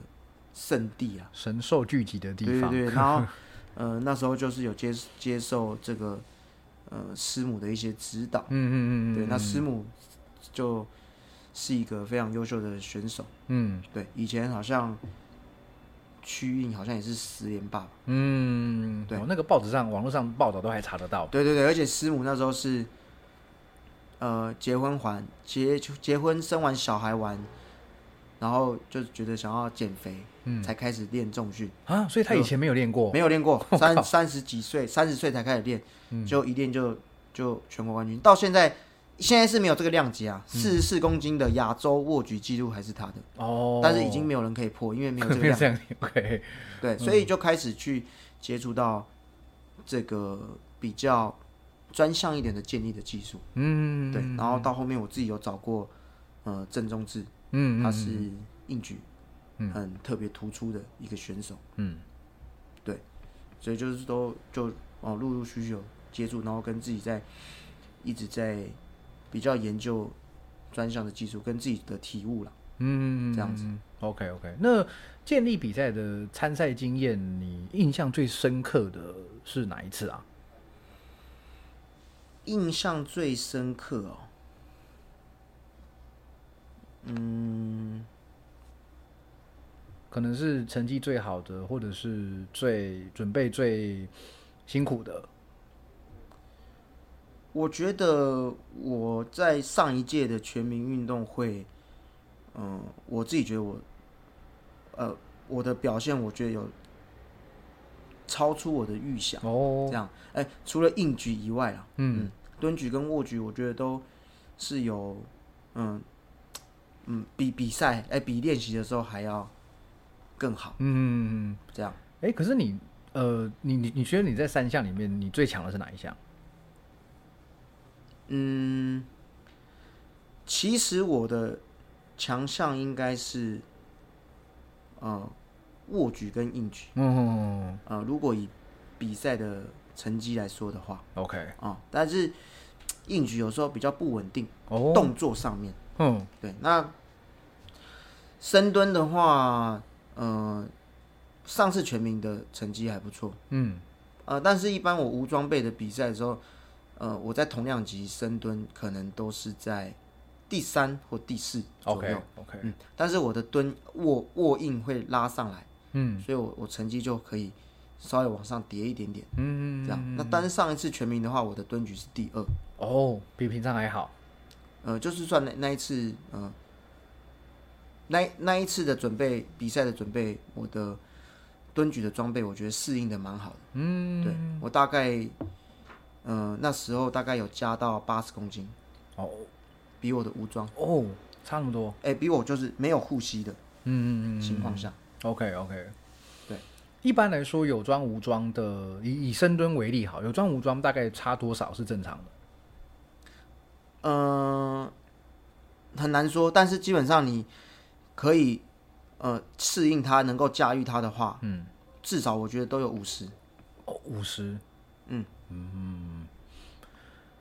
圣地啊，
神兽聚集的地方。
对对对，
(laughs)
然后呃那时候就是有接接受这个呃师母的一些指导，
嗯嗯嗯嗯，
对，那师
嗯
母就是一个非常优秀的选手，
嗯
对，以前好像区运好像也是十连霸吧，
嗯，
对
哦，那个报纸上、网络上报道都还查得到。
对对对，而且师母那时候是呃结婚还结结婚生完小孩完，然后就觉得想要减肥，
嗯
才开始练重训。
啊，所以他以前没有练过。
没有练过，
(laughs) 我靠嗯
三三十几岁，三十岁才开始练，就一练就就全国冠军。到现在，现在是没有这个量级啊，
嗯
四十四公斤的亚洲握举记录还是他的，
哦，
但是已经没有人可以破，因为没有这个
(laughs) 没有
量。
这样。OK，嗯
对，所以就开始去接触到这个比较专项一点的建立的技术。
嗯，
对，然后到后面我自己有找过，呃，郑中志，
嗯，嗯
他是硬举很特别突出的一个选手。
嗯，
对，所以就是都就哦，陆陆续续有接触，然后跟自己在一直在比较研究专项的技术，跟自己的体悟啦。
嗯，
这样子。
OK OK，那建立比赛的参赛经验，你印象最深刻的是哪一次啊？
印象最深刻哦，
可能是成绩最好的，或者是最准备最辛苦的。
我觉得我在上一届的全民运动会，嗯，我自己觉得我，呃，我的表现我觉得有超出我的预想。
哦
这，样，哎、除了硬举以外啊，
嗯，
蹲举跟握举，我觉得都是有，嗯嗯，比比赛哎、比练习的时候还要更好。
嗯，
这样，
哎、可是你，呃，你你你觉得你在三项里面，你最强的是哪一项？
嗯，其实我的强项应该是，呃，握举跟硬举。
嗯
呃，如果以比赛的成绩来说的话，
，OK，
啊、但是硬举有时候比较不稳定，
哦，，
动作上面。
嗯，
对，那深蹲的话，呃，上次全民的成绩还不错，
嗯，
呃，但是一般我无装备的比赛的时候，呃，我在同量级深蹲可能都是在第三或第四左右
OK OK，
嗯，但是我的蹲握握印会拉上来，
嗯
所以我我成绩就可以稍微往上叠一点点，
嗯，
这样。那但是上一次全民的话，我的蹲举是第二，
哦，比平常还好。
呃，就是算那那一次，呃，那那一次的准备比赛的准备，我的蹲举的装备，我觉得适应的蛮好的。
嗯，
对我大概，呃，那时候大概有加到八十公斤，
哦
比我的无装，
哦，差那么多。
哎、比我就是没有护膝的
嗯嗯嗯
情况下，
，OK OK。
对，
一般来说，有装无装的，以以深蹲为例好，有装无装大概差多少是正常的？
嗯、很难说，但是基本上你可以，呃，适应它，能够驾驭它的话，
嗯，
至少我觉得都有五十。
哦，五十。
嗯
嗯，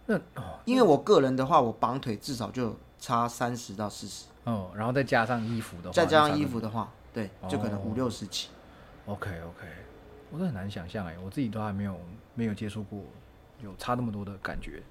那哦
因为我个人的话，我绑腿至少就有差三十到四十，
哦，然后再加上衣服的话，
再加上
就哦
衣
差
服的话，对，就可能五六十起。
不多。OK OK，我都很难想象哎，我自己都还没有没有接触过有差那么多的感觉。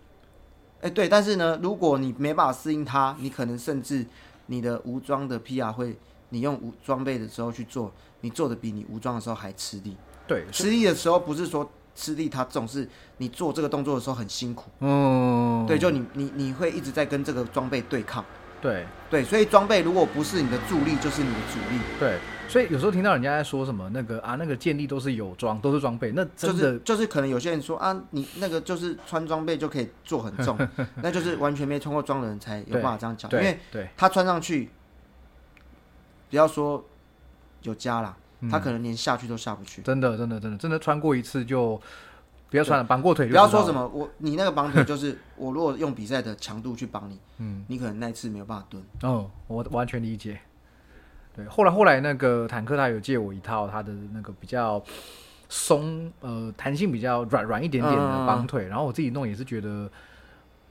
哎、对，但是呢，如果你没办法适应它，你可能甚至你的无装的 PR 会，你用无装备的时候去做，你做的比你无装的时候还吃力。
对，
吃力的时候不是说吃力它重，是你做这个动作的时候很辛苦。
嗯，
对，就你你你会一直在跟这个装备对抗。
对。
对，所以装备如果不是你的助力，就是你的阻力。
对，所以有时候听到人家在说什么那个啊，那个建立都是有装，都是装备，那
就
真的、
是就是可能有些人说啊，你那个就是穿装备就可以做很
(laughs)
重，那就是完全没穿过装的人才有
对
办法这样讲，因
对
为
对，
他穿上去，不要说有加啦，
嗯
他可能连下去都下不去。
真的真的真的真的穿过一次就不要穿了，绑过腿就
不要说什
么
么我你那个绑腿就是我如果用比赛的强度去绑
(laughs)
你，嗯，你可能那一次没有办法蹲。
哦，我完全理解。对，后来后来那个坦克他有借我一套他的那个比较松呃弹性比较软软一点点的绑腿，然后我自己弄也是觉得。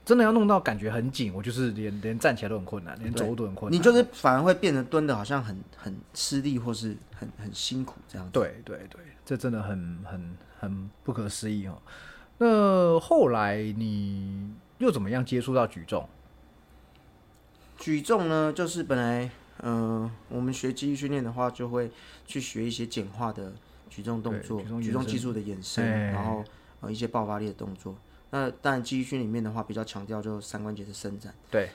真的要弄到感觉很紧，我就是连连站起来都很困难，连走路都很困难。
你就是反而会变得蹲的好像很很吃力或是很很辛苦这样子。
对对对，这真的很很很不可思议哦。那后来你又怎么样接触到举重？
举重呢，就是本来，嗯、我们学肌力训练的话，就会去学一些简化的举重动作
对举重、
举
延
重
伸
技术的衍生，
哎
然后呃一些爆发力的动作。那当然，肌力训练里面的话，比较强调就是三关节的伸展。
对，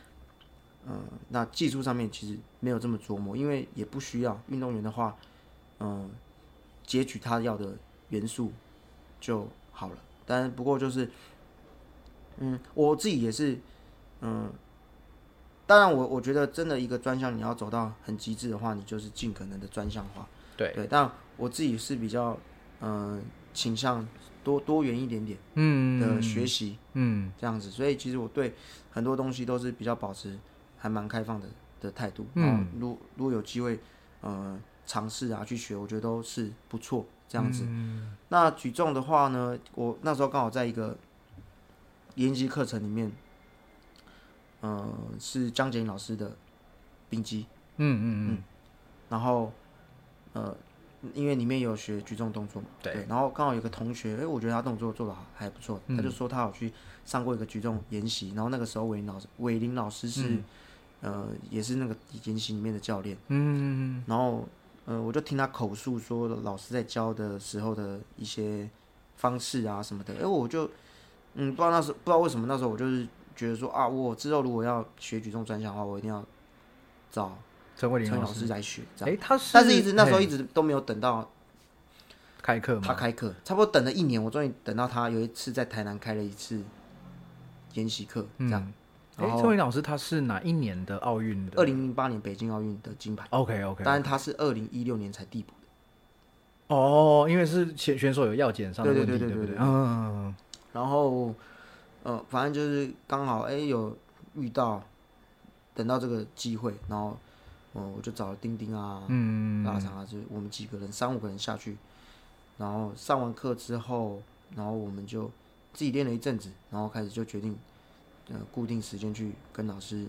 嗯、那技术上面其实没有这么琢磨，因为也不需要运动员的话，嗯、截取他要的元素就好了。但不过就是，嗯，我自己也是，嗯，当然我我觉得真的一个专项你要走到很极致的话，你就是尽可能的专项化。
对，
对，但我自己是比较，嗯、倾向多多元一点点
嗯
的学习、
嗯
这样子，所以其实我对很多东西都是比较保持还蛮开放的的态度。嗯，如如果有机会，呃，尝试啊去学，我觉得都是不错这样子。那举重的话呢，我那时候刚好在一个研习课程里面，呃，是江杰老师的冰肌，
嗯嗯嗯，
然后呃，因为里面有学举重动作嘛，
对
然后刚好有个同学，哎、我觉得他动作做的还不错，他就说他有去上过一个举重研习，然后那个时候伟林老师，伟林老师是、呃，也是那个研习里面的教练，嗯，然后呃，我就听他口述说老师在教的时候的一些方式啊什么的，哎、我就嗯，不知道那时候不知道为什么那时候我就是觉得说啊，我之后如果要学举重专项的话，我一定要找
陈慧琳
陈
老
老
师，
师来学，这样。
哎，他是
但是一直那时候
嘿
一直都没有等到
开课
他
嘛，
开课，差不多等了一年，我终于等到他有一次在台南开了一次研习课，这样。
哎，
嗯然
陈
后
慧琳老师他是哪一年的奥运的？
二零零八年北京奥运的金牌，
OK OK，
当然他是二零一六年才递补的。
哦，因为是选选手有药检上的
对
问
对
题，
对对
不
对
对？嗯，
然后，呃，反正就是刚好哎、有遇到，等到这个机会，然后，嗯、我就找了丁丁啊，嗯，大肠啊，就是我们几个人三五个人下去，然后上完课之后，然后我们就自己练了一阵子，然后开始就决定，呃，固定时间去跟老师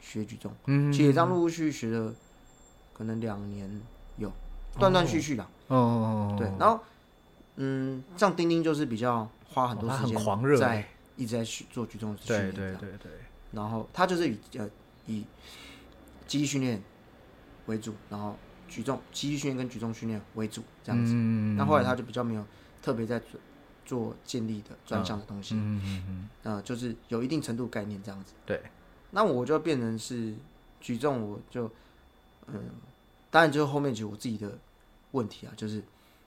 学举重，嗯，其实也这样陆陆续续学了，可能两年有，断断续续啦，
哦，
对，然后，嗯，像丁丁就是比较花很多
哦他
时间，
很狂热
在
欸
一直在去做举重训
对
练，
对
这样
对对，
然后他就是以呃以肌力训练为主，然后举重肌力训练跟举重训练为主这样子。
嗯
那后来他就比较没有特别在做做建立的专项的东西，
嗯嗯嗯，
呃，就是有一定程度概念这样子。
对，
那我就变成是举重，我就嗯，当然就是后面就我自己的问题啊，就是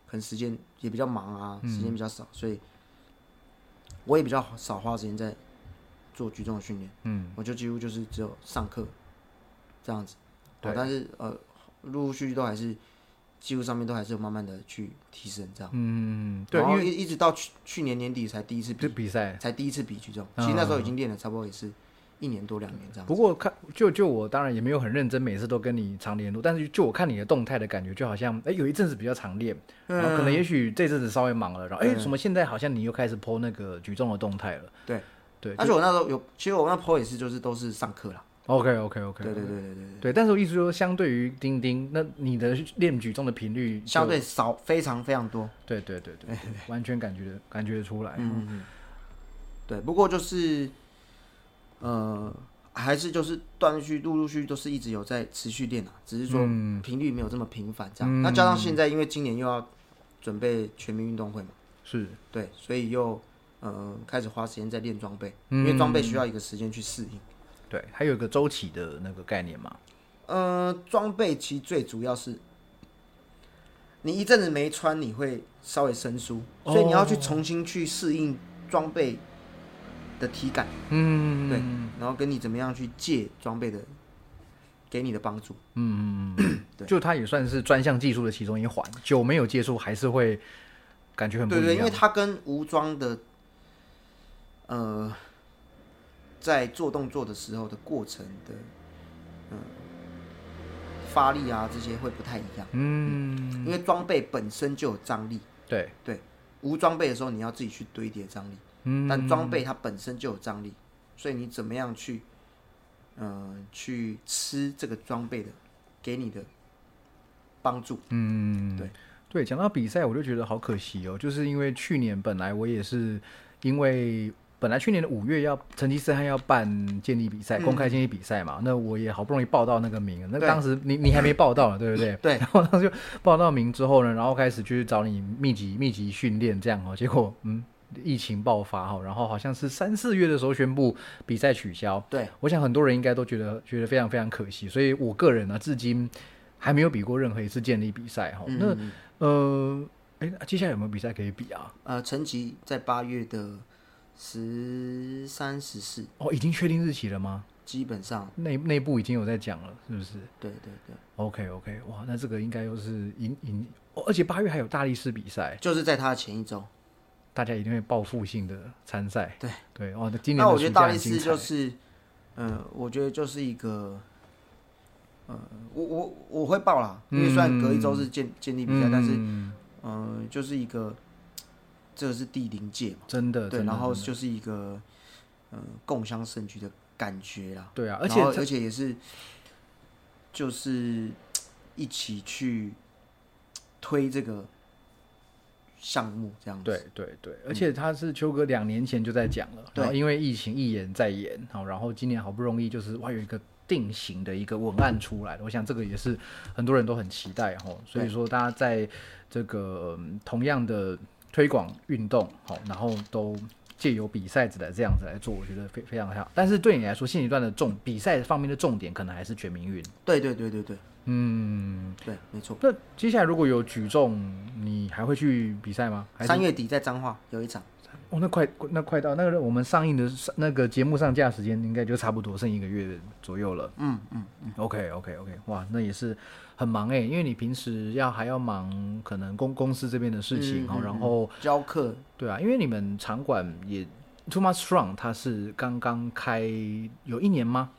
可能时间也比较忙啊，
嗯
时间比较少，所以我也比较少花时间在做举重的训练。
嗯，
我就几乎就是只有上课这样子。
对
对，但是呃，陆陆续续都还是技术上面都还是有慢慢的去提升这样。
嗯对，
然
因
后
为
一一直到去去年年底才第一次
这
比，
比赛。
才第一次比举重。其实那时候已经练了差不多也是一年多两年这样。
嗯不过看就就我当然也没有很认真，每次都跟你常联络，但是就我看你的动态的感觉，就好像哎有一阵子比较常练，然
嗯
后可能也许这阵子稍微忙了，然后哎
对
什么现在好像你又开始 PO 那个举重的动态了，
对啊
对
而且我那时候有，其实我那 PO 也是就是都是上课啦。
，OK OK OK，
对对对对对
对，但是我意思说，相对于钉钉，那你的练举重的频率
对，
就
相对少非常非常多。
对对对
(laughs)
对，对完全感觉感觉得出来。
嗯嗯嗯。对，不过就是呃，还是就是断断续续陆陆续续都是一直有在持续练啊，只是说频率没有这么频繁这样。那加上现在因为今年又要准备全民运动会嘛，
是，
对，所以又呃开始花时间在练装备，因为装备需要一个时间去适应。
对，还有一个周期的那个概念嘛。
呃，装备其实最主要是，你一阵子没穿，你会稍微生疏，
哦
所以你要去重新去适应装备的体感，
嗯，
对，然后跟你怎么样去借装备的给你的帮助。对
就它也算是专项技术的其中一环。久没有接触，还是会感觉很不
对
一样。
对，因为它跟无装的，呃，在做动作的时候的过程的，嗯、发力啊这些会不太一样，
嗯，
因为装备本身就有张力。
对，
对，无装备的时候你要自己去堆叠张力，
嗯
但装备它本身就有张力，所以你怎么样去，嗯、去吃这个装备的给你的帮助，
对，讲到比赛，我就觉得好可惜哦，就是因为去年本来我也是因为。本来去年的五月要成吉思汗要办建立比赛，公开建立比赛嘛，那我也好不容易报到那个名，那
嗯对
当时你你还没报到呢，对不对？
对
然后当时就报到名之后呢，然后开始去找你密集密集训练这样哦，结果嗯，疫情爆发哦，然后好像是三四月的时候宣布比赛取消，
对，
我想很多人应该都觉得觉得非常非常可惜，所以我个人呢、至今还没有比过任何一次建立比赛哈、
嗯
那、呃，哎，那接下来有没有比赛可以比啊？
呃，成绩在八月的十三、十四，
哦，已经确定日期了吗？
基本上，
内内部已经有在讲了，是不是
对对对，
？OK OK，哇，那这个应该又是赢赢、哦，而且八月还有大力士比赛，
就是在他的前一周。
大家一定会报复性的参赛。
对
对，哦，那今年
那我
的
觉
暑
得大
假
力
很
士
精彩。
就是，嗯，我觉得就是一个，呃，我我我会报啦，因为虽然隔一周是建建立比赛，但是
嗯
嗯、呃就是一个，这个是第零届嘛，
真的
对，
呃真的
然后
真的
就是一个，嗯、共襄盛举的感觉啦。
对啊，而
然
且
后
这
而且也是就是一起去推这个项目这样子。
对对对，而且他是秋哥两年前就在讲了，
嗯对
然后因为疫情一延再延，好，然后今年好不容易就是哇有一个定型的一个文案出来了，我想这个也是很多人都很期待哈，所以
对
说大家在这个、嗯同样的推广运动好，然后都。借由比赛子来这样子来做，我觉得非非常好。但是对你来说，现阶段的重比赛方面的重点，可能还是全民运。
对对对对对
嗯，
对，没错。
那接下来如果有举重，你还会去比赛吗？还是
三月底在彰化有一场，
哦，那快那快到那个我们上映的上那个节目上架时间应该就差不多剩一个月左右了。
嗯嗯，
OK OK OK，哇，那也是很忙哎、因为你平时要还要忙可能公公司这边的事情
嗯
哦，
嗯
然后
教课
对啊，因为你们场馆也 Too Much Strong 它是刚刚开有一年吗？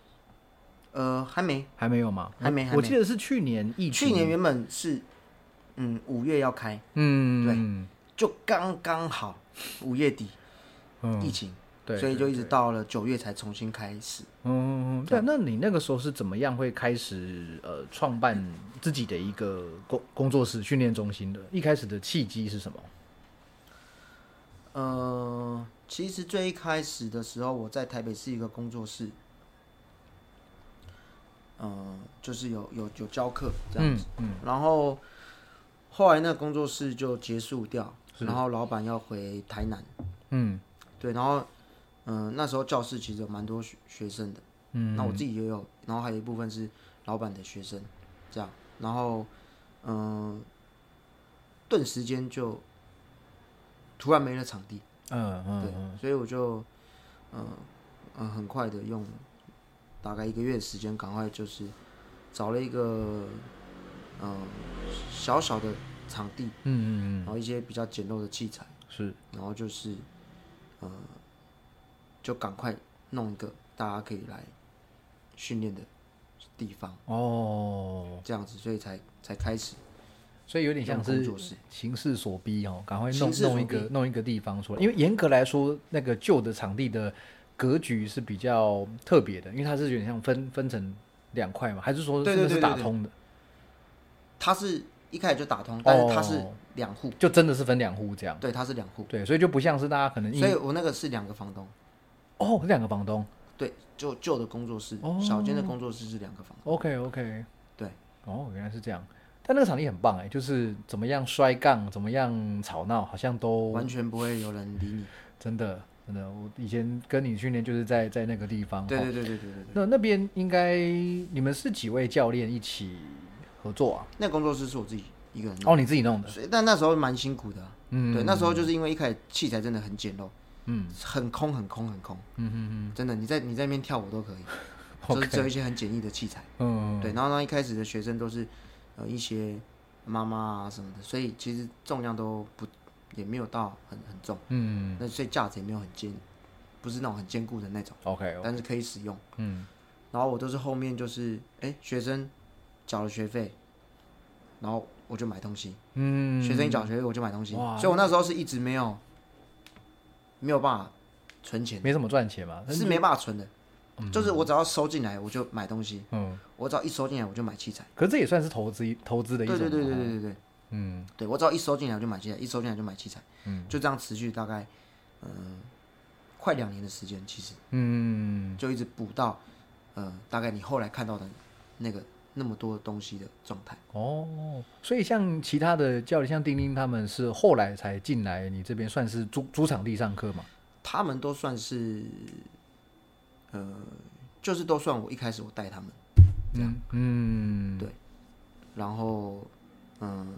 呃还没，
还没有吗？
还没还没
我记得是去年疫情，
去年原本是嗯五月要开，
嗯
就刚刚好五月底疫
嗯
情，
对，
所以就一直
对
到了九月才重新开始。
嗯，对，那你那个时候是怎么样会开始呃创办自己的一个工工作室训练中心的？一开始的契机是什么？
呃，其实最一开始的时候，我在台北市一个工作室，呃，就是有有有教课这样子，
嗯
然后后来那个工作室就结束掉，
是
然后老板要回台南，
嗯
对，然后嗯、呃那时候教室其实有蛮多学学生的，
嗯
那我自己也有，然后还有一部分是老板的学生，这样，然后嗯、呃顿时间就突然没了场地。
嗯嗯
对，所以我就，嗯、嗯、很快的用大概一个月的时间，赶快就是找了一个嗯、小小的场地，
嗯嗯
然后一些比较简陋的器材，
嗯，是
然后就是呃，就赶快弄一个大家可以来训练的地方，
哦，
这样子，所以才才开始
所以有点像
用工
是
作室。
形势所逼哦，赶快弄
形势所
弄一个
逼
弄一个地方出来，因为严格来说，那个旧的场地的格局是比较特别的，因为它是有点像分分成两块嘛，还是说
对
真的是
对对
打
对对
通的？
它是一开始就打通，但是它是
哦
两户，
就真的是分两户这样？
对，它是两户，
对，所以就不像是大家可能一
所以我那个是两个房东。
哦，两个房东。
对，就旧的工作室，
哦
小间的工作室是两个房。
OK OK，
对，
哦，原来是这样。但那个场地很棒哎，就是怎么样摔杠，怎么样吵闹，好像都
完全不会有人理你。
真的真的。我以前跟你训练就是在在那个地方。
对
哦
对对对对对对，
那那边应该你们是几位教练一起合作啊？
那工作室是我自己一个人弄
哦，你自己弄的
的，。所以但那时候蛮辛苦的啊、
嗯，
对，那时候就是因为一开始器材真的很简陋，
嗯
很空很空很空，
嗯嗯
真的，你在你在那边跳舞都可
(laughs)
以，
嗯
就是只有
，OK，
一些很简易的器材。
嗯，
对，然后呢，一开始的学生都是呃一些妈妈啊什么的，所以其实重量都不也没有到很很重，
嗯
那所以架子也没有很坚，不是那种很坚固的那种，
，OK，
但是可以使用。
哦嗯
然后我都是后面就是，哎，学生缴了学费，然后我就买东西，
嗯，
学生一缴学费我就买东西，
哇
所以我那时候是一直没有没有办法存钱，
没怎么赚钱嘛，嗯但
是没办法存的，就是我只要收进来我就买东西，
嗯，
我只要一收进来我就买器材，
可是这也算是投资投资的
对
一种
对
嘛，
对对对对对，
嗯，
对我只要一收进来我就买器材，一收进来就买器材，就这样持续大概嗯、快两年的时间，其实
嗯，
就一直补到呃大概你后来看到的那个那么多东西的状态。
哦，所以像其他的教练，像丁丁他们是后来才进来你这边，算是租租场地上课嘛？
他们都算是，呃，就是都算我一开始我带他们，这
嗯嗯，
对然后，嗯、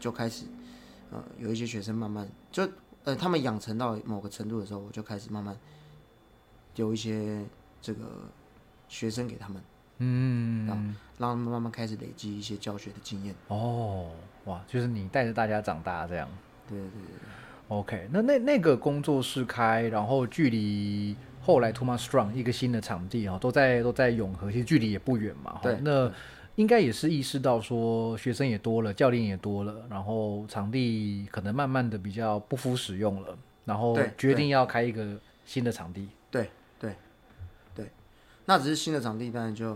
就开始，呃，有一些学生慢慢就，呃，他们养成到某个程度的时候，我就开始慢慢有一些这个学生给他们，
嗯，
让他们慢慢开始累积一些教学的经验。
哦，哇，就是你带着大家长大这样。
对对对
OK，那那那个工作室开，然后距离后来 Too Much Strong 一个新的场地哦，都在都在永和，其实距离也不远嘛。哦
对
那应该也是意识到说学生也多了，教练也多了，然后场地可能慢慢的比较不敷使用了，然后
对
决
对
定要开一个新的场地。
对那只是新的场地，当然就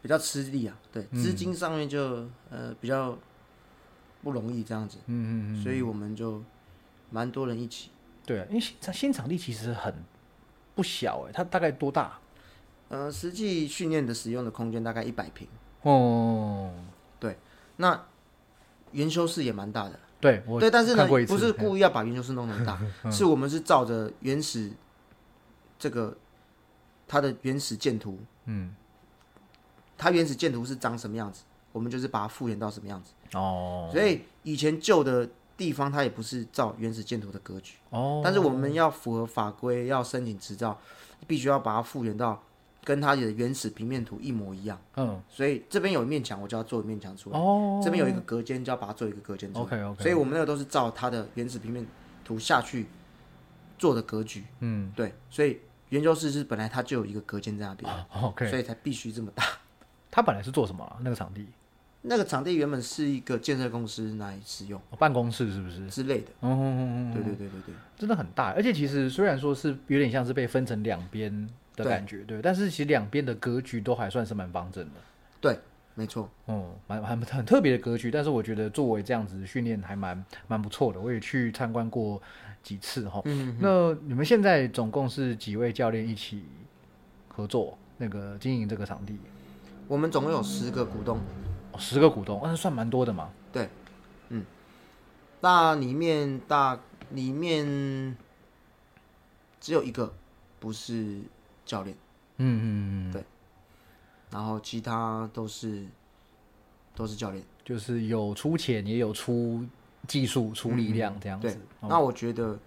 比较吃力啊，对，
嗯
资金上面就、呃比较不容易这样子，
嗯嗯
所以我们就蛮多人一起，
对啊，因为新场新场地其实很不小哎、它大概多大？
呃，实际训练的使用的空间大概一百平，
哦，
那研修室也蛮大的，
对，我
对，但是呢
看过一，次
不是故意要把研究室弄成大，
(laughs)
是我们是照着原始这个它的原始建图，
嗯，
它原始建图是长什么样子，我们就是把它复原到什么样子。
哦
所以以前旧的地方它也不是照原始建图的格局，
哦，
但是我们要符合法规，要申请执照，必须要把它复原到跟它的原始平面图一模一样。
嗯
所以这边有一面墙，我就要做一面墙出来。
哦，
这边有一个隔间，就要把它做一个隔间出来。
OK，OK
所以我们那个都是照它的原始平面图下去做的格局。
嗯
对，所以研究室是本来它就有一个隔间在那边，所
哦，OK，
以才必须这么大。
它本来是做什么啊、那个场地、
那个场地原本是一个建设公司拿来使用
哦办公室是不是？
之类的。
哦哦哦，
对对对对对，
真的很大，而且其实虽然说是有点像是被分成两边的
对
感觉，对，但是其实两边的格局都还算是蛮方正的，
对，没错。
哦、蛮蛮很特别的格局。但是我觉得作为这样子的训练还蛮蛮不错的，我也去参观过几次哈。
嗯，
那你们现在总共是几位教练一起合作那个经营这个场地？
我们总共有十个股东，
哦，十个股东，那、算蛮多的嘛。
对，嗯，那里面大里面只有一个不是教练。
嗯嗯嗯，
对然后其他都是都是教练
就是有出钱，也有出技术、出力量这样
对
子。，哦
嗯那我觉得，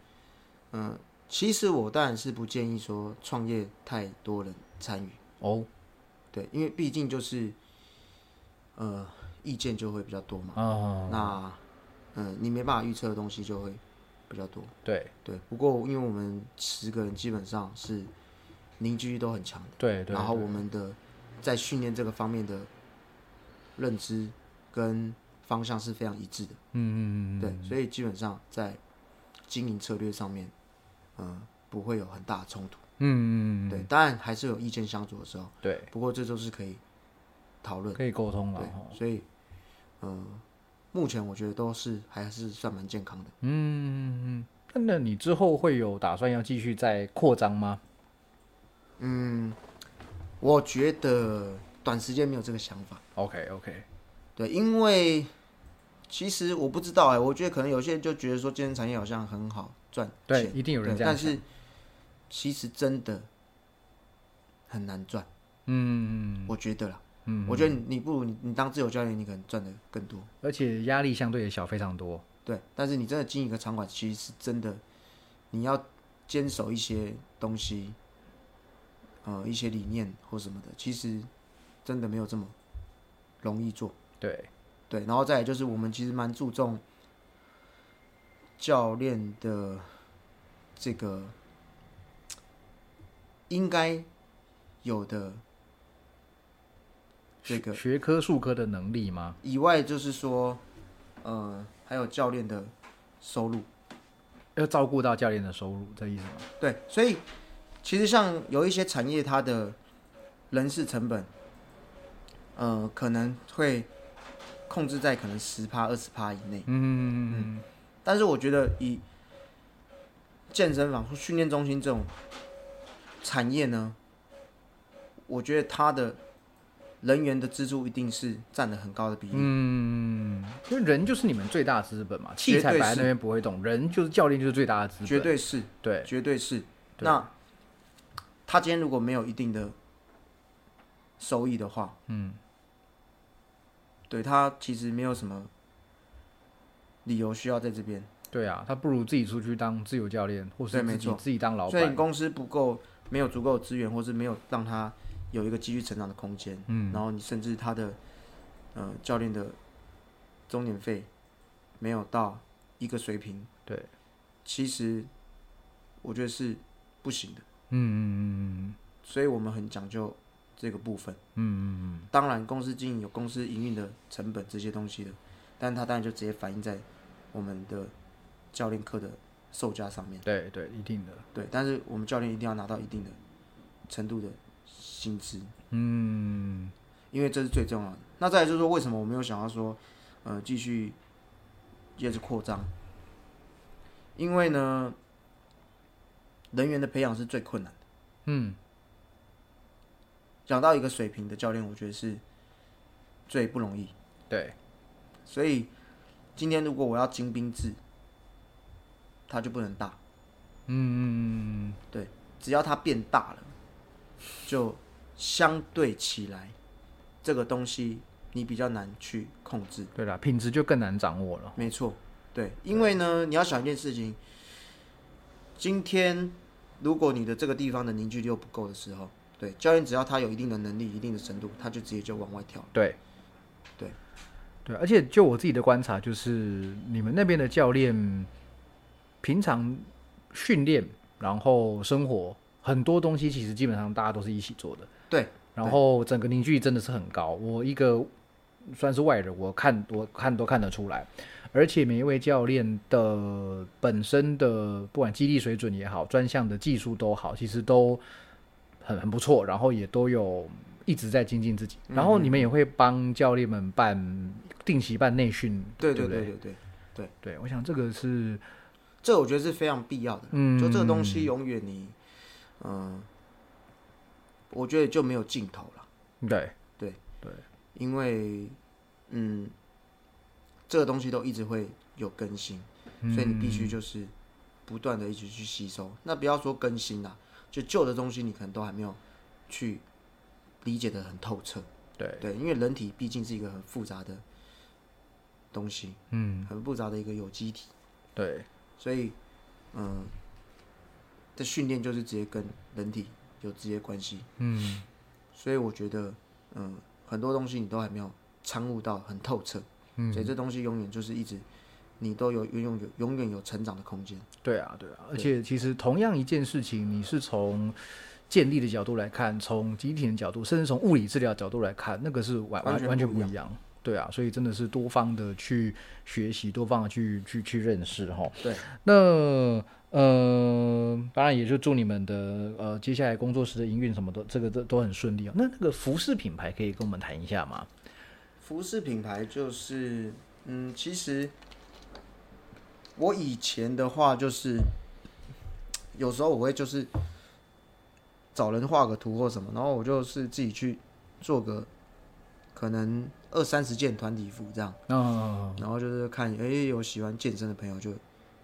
嗯、其实我当然是不建议说创业太多人参与，
哦，
对，因为毕竟就是，呃，意见就会比较多嘛。
啊，
那，嗯、你没办法预测的东西就会比较多。
对
对，不过因为我们十个人基本上是凝聚力都很强的，
对对，
然后
对
我们的在训练这个方面的认知跟方向是非常一致的。
嗯嗯嗯嗯，
对，所以基本上在经营策略上面，嗯，不会有很大的冲突。
嗯嗯嗯嗯
对，当然还是有意见相左的时候，
对，
不过这都是可以讨论。
可以沟通了哦
对
哈。，
所以，嗯，目前我觉得都是还是算蛮健康的。
嗯，那那你之后会有打算要继续再扩张吗？
嗯，我觉得短时间没有这个想法。
OK OK，
对，因为其实我不知道哎、我觉得可能有些人就觉得说健身产业好像很好赚
对，
钱，
一定有人
对
这样
但
想。
是其实真的很难赚。
嗯，
我觉得啦，
嗯，
我觉得你你不如你你当自由教练，你可能赚的更多，
而且压力相对也小非常多。
对。但是你真的经营一个场馆，其实是真的你要坚守一些东西，呃，一些理念或什么的，其实真的没有这么容易做，
对，
对。然后再来就是我们其实蛮注重教练的这个应该有的这个
学科术科的能力吗？
以外，就是说，呃，还有教练的收入。
要照顾到教练的收入，这意思吗？
对，所以其实像有一些产业，它的人事成本，呃，可能会控制在可能十趴、二十趴以内。
嗯嗯
但是我觉得以健身房、训练中心这种产业呢，我觉得它的人员的支出一定是占了很高的比例。
嗯，因为人就是你们最大资本嘛，
绝
器材
对
摆在
是
那边不会动，人就是教练就是最大的资本。
绝对是，
对，
绝对是。
对
那他今天如果没有一定的收益的话，
嗯，
对他其实没有什么理由需要在这边。
对啊，他不如自己出去当自由教练，或是
对
自
没
己
错
自己当老
所以你
板。
公司不够，没有足够的资源，或是没有让他有一个继续成长的空间，
嗯，
然后你甚至他的呃教练的终点费没有到一个水平，
对，
其实我觉得是不行的。
嗯嗯嗯
所以我们很讲究这个部分。
嗯嗯
当然，公司经营有公司营运的成本这些东西的，但它当然就直接反映在我们的教练课的售价上面
嗯，。对对，一定的。
对，但是我们教练一定要拿到一定的程度的薪资。嗯，因为这是最重要的。那再来就是说，为什么我没有想要说，呃，继续接着扩张？因为呢，人员的培养是最困难的。嗯，讲到一个水平的教练，我觉得是最不容易。
对，
所以今天如果我要精兵制，它就不能大。
嗯，
对，只要它变大了，就相对起来，这个东西你比较难去控制。
对啦，品质就更难掌握了。
没错，对，因为呢，你要想一件事情，今天如果你的这个地方的凝聚力又不够的时候，对，教练只要他有一定的能力、一定的程度，他就直接就往外跳了。
对，
对，
对，而且就我自己的观察，就是你们那边的教练平常训练，然后生活很多东西，其实基本上大家都是一起做的。
对，
然后整个凝聚力真的是很高。我一个算是外人，我看我看都看得出来。而且每一位教练的本身的不管激励水准也好，专项的技术都好，其实都很很不错，然后也都有一直在精进自己。然后你们也会帮教练们办定期办内训，
对
对
对
不
对对对，
对，我想这个是
这我觉得是非常必要的。
嗯，
就这个东西，永远你，嗯、我觉得就没有尽头了。
对
因为嗯，这个东西都一直会有更新，所以你必须就是不断的一直去吸收。那不要说更新啦，就旧的东西你可能都还没有去理解的很透彻。
对
对，因为人体毕竟是一个很复杂的东西，嗯，很复杂的一个有机体，
对
所以嗯，这训练就是直接跟人体有直接关系。
嗯
所以我觉得，嗯，很多东西你都还没有参悟到很透彻，
嗯
所以这东西永远就是一直，你都有永远有永远有成长的空间。
对啊，对啊，而
对
且其实同样一件事情，你是从建立的角度来看，从集体的角度，甚至从物理治疗角度来看，那个是完
完
完
全
完全
不一
不
样
一样。对啊，所以真的是多方的去学习，多方的去去去认识哈。
对，
那呃，当然也就祝你们的呃接下来工作室的营运什么的，这个都都很顺利哦。那那个服饰品牌可以跟我们谈一下吗？
服饰品牌就是，嗯，其实我以前的话就是，有时候我会就是找人画个图或什么，然后我就是自己去做个可能二三十件团体服这样。
哦，
然后就是看，哎、有喜欢健身的朋友就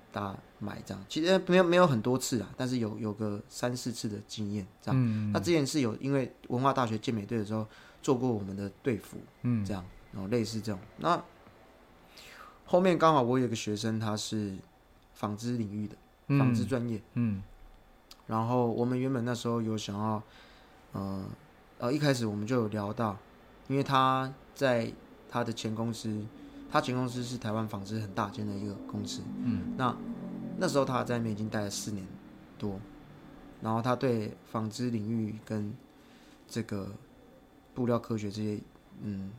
大家买这样。其实没有没有很多次啊，但是有有个三四次的经验这样。
嗯
那之前是有因为文化大学健美队的时候做过我们的队服，
嗯
这样，然后类似这种。那后面刚好我有一个学生，他是纺织领域的，纺织专业。
嗯
然后我们原本那时候有想要，呃，呃，一开始我们就有聊到，因为他在他的前公司，他前公司是台湾纺织很大间的一个公司，
嗯，
那那时候他在那边已经待了四年多，然后他对纺织领域跟这个布料科学这些，嗯，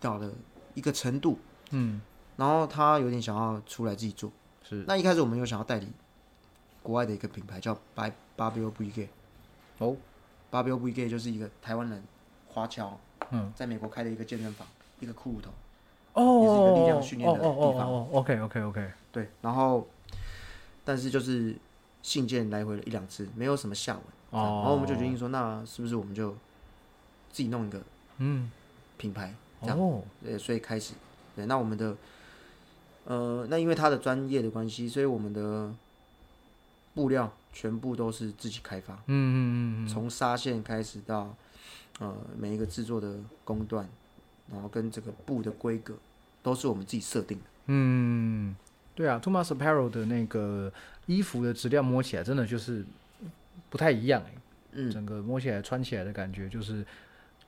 到了一个程度，
嗯
然后他有点想要出来自己做。
是
那一开始我们有想要代理国外的一个品牌叫 b y b a b i o b u g a
哦
b a b i o b u g a 就是一个台湾人华侨，
嗯，
在美国开的一个健身房，一个骷髅头。
哦
也是一个力量训练的地方
哦哦哦哦，OK OK OK，
对，然后但是就是信件来回了一两次，没有什么下文。这样
哦
然后我们就决定说，那是不是我们就自己弄一个
嗯，
品牌？这样
哦，
对，呃所以开始，对，那我们的，呃，那因为他的专业的关系，所以我们的布料全部都是自己开发，
嗯嗯嗯
从纱线开始到，呃，每一个制作的工段，然后跟这个布的规格，都是我们自己设定的。
嗯，对啊，Thomas Apparel 的那个衣服的质量摸起来真的就是不太一样哎、
嗯，
整个摸起来穿起来的感觉就是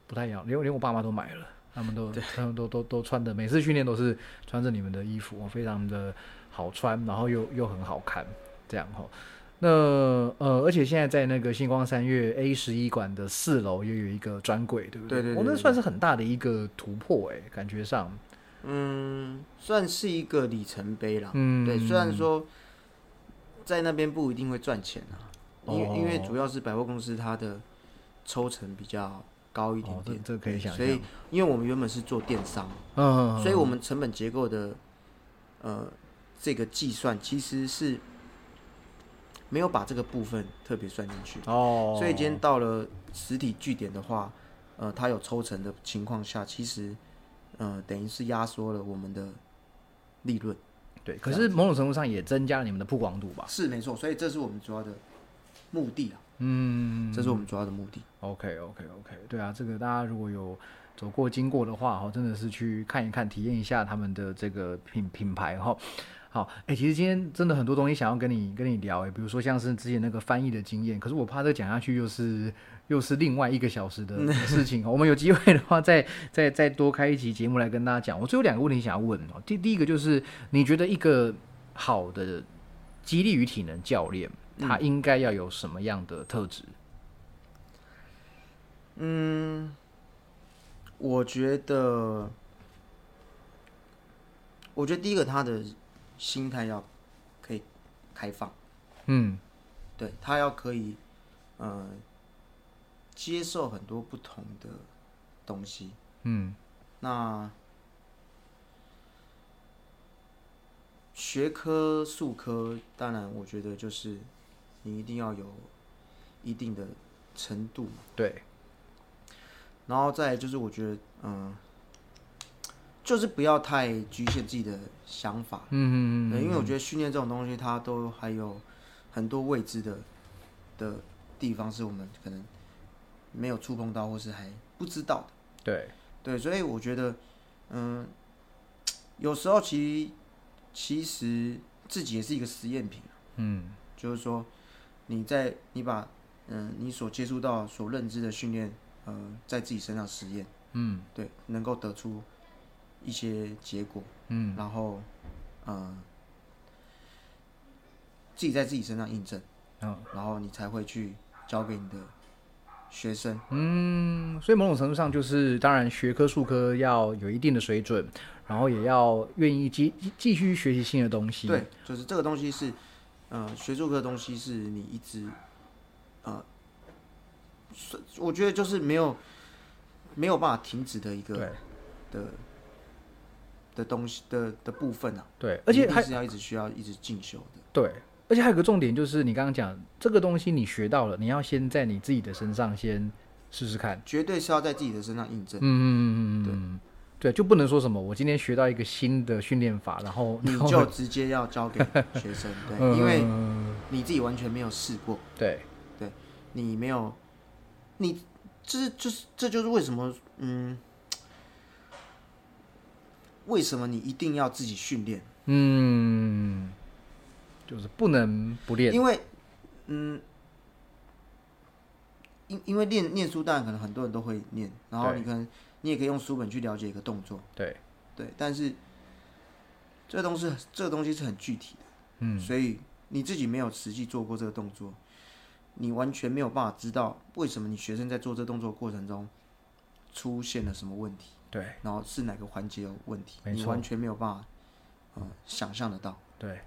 不太一样，连我连我爸妈都买了。他们都，他们都都都穿的，每次训练都是穿着你们的衣服，非常的好穿，然后又又很好看，这样哈。那呃，而且现在在那个星光三月 A 十一馆的四楼也有一个专柜，对不
对对
我、
对
哦、那
对
算是很大的一个突破哎、感觉上，
嗯，算是一个里程碑啦。
嗯，
对，虽然说在那边不一定会赚钱啊，因为、因为
哦
主要是百货公司它的抽成比较高一点
哦，这
点。
这可以想
所
象
以，，因为我们原本是做电商，
嗯，
所以我们成本结构的呃这个计算其实是没有把这个部分特别算进去。
哦，
所以今天到了实体据点的话，呃，它有抽成的情况下，其实呃等于是压缩了我们的利润。
对，可是某种程度上也增加了你们的曝光度吧？
是没错，所以这是我们主要的目的啊，
嗯
这是我们主要的目的。
OK OK OK，对啊，这个大家如果有走过经过的话，哈，真的是去看一看，体验一下他们的这个品品牌哈。好，哎、其实今天真的很多东西想要跟你跟你聊、哎，比如说像是之前那个翻译的经验，可是我怕这讲下去又是又是另外一个小时的的事情。我们有机会的话再，再再多开一期节目来跟大家讲。我最后两个问题想要问哦，第第一个就是你觉得一个好的激励与体能教练，他应该要有什么样的特质？
我觉得，我觉得第一个他的心态要可以开放，
嗯
对他要可以呃接受很多不同的东西。
嗯。
那学科、术科，当然我觉得就是你一定要有一定的程度，
对，
然后再来就是我觉得，嗯，就是不要太局限自己的想法，
嗯
对，因为我觉得训练这种东西，它都还有很多未知的的地方，是我们可能没有触碰到，或是还不知道的。
对，
对，所以我觉得，嗯，有时候其其实自己也是一个实验品，啊
嗯
就是说你在你把嗯你所接触到、所认知的训练，嗯，在自己身上实验，
嗯
对，能够得出一些结果，
嗯，
然后嗯自己在自己身上印证，
嗯
然后你才会去教给你的学生，
嗯，所以某种程度上就是，当然学科、术科要有一定的水准，然后也要愿意继继续学习新的东西。
对，就是这个东西是，呃，学术课的东西是你一直，呃，是我觉得就是没有没有办法停止的一个
对
的的东西的的部分啊，
对，而且
你一
还
定是要一直需要一直进修的，
对，而且还有个重点就是，你刚刚讲这个东西你学到了，你要先在你自己的身上先试试看。
绝对是要在自己的身上印证，
嗯嗯嗯嗯嗯，对，就不能说什么我今天学到一个新的训练法，然后
你
然后
就直接要交给
(laughs)
学生，对，
哦嗯
因为
嗯
你自己完全没有试过，
对
你没有，你这就是这就是为什么，嗯，为什么你一定要自己训练？
嗯，就是不能不练。
因为，嗯，因因为念念书，当然可能很多人都会念，然后
对
你可能你也可以用书本去了解一个动作，
对，
对，但是这东西这东西是很具体的，
嗯。
所以你自己没有实际做过这个动作，你完全没有办法知道为什么你学生在做这动作的过程中出现了什么问题。
对
然后是哪个环节有问题，
没
你
错
完全没有办法，嗯、想象得到。
对，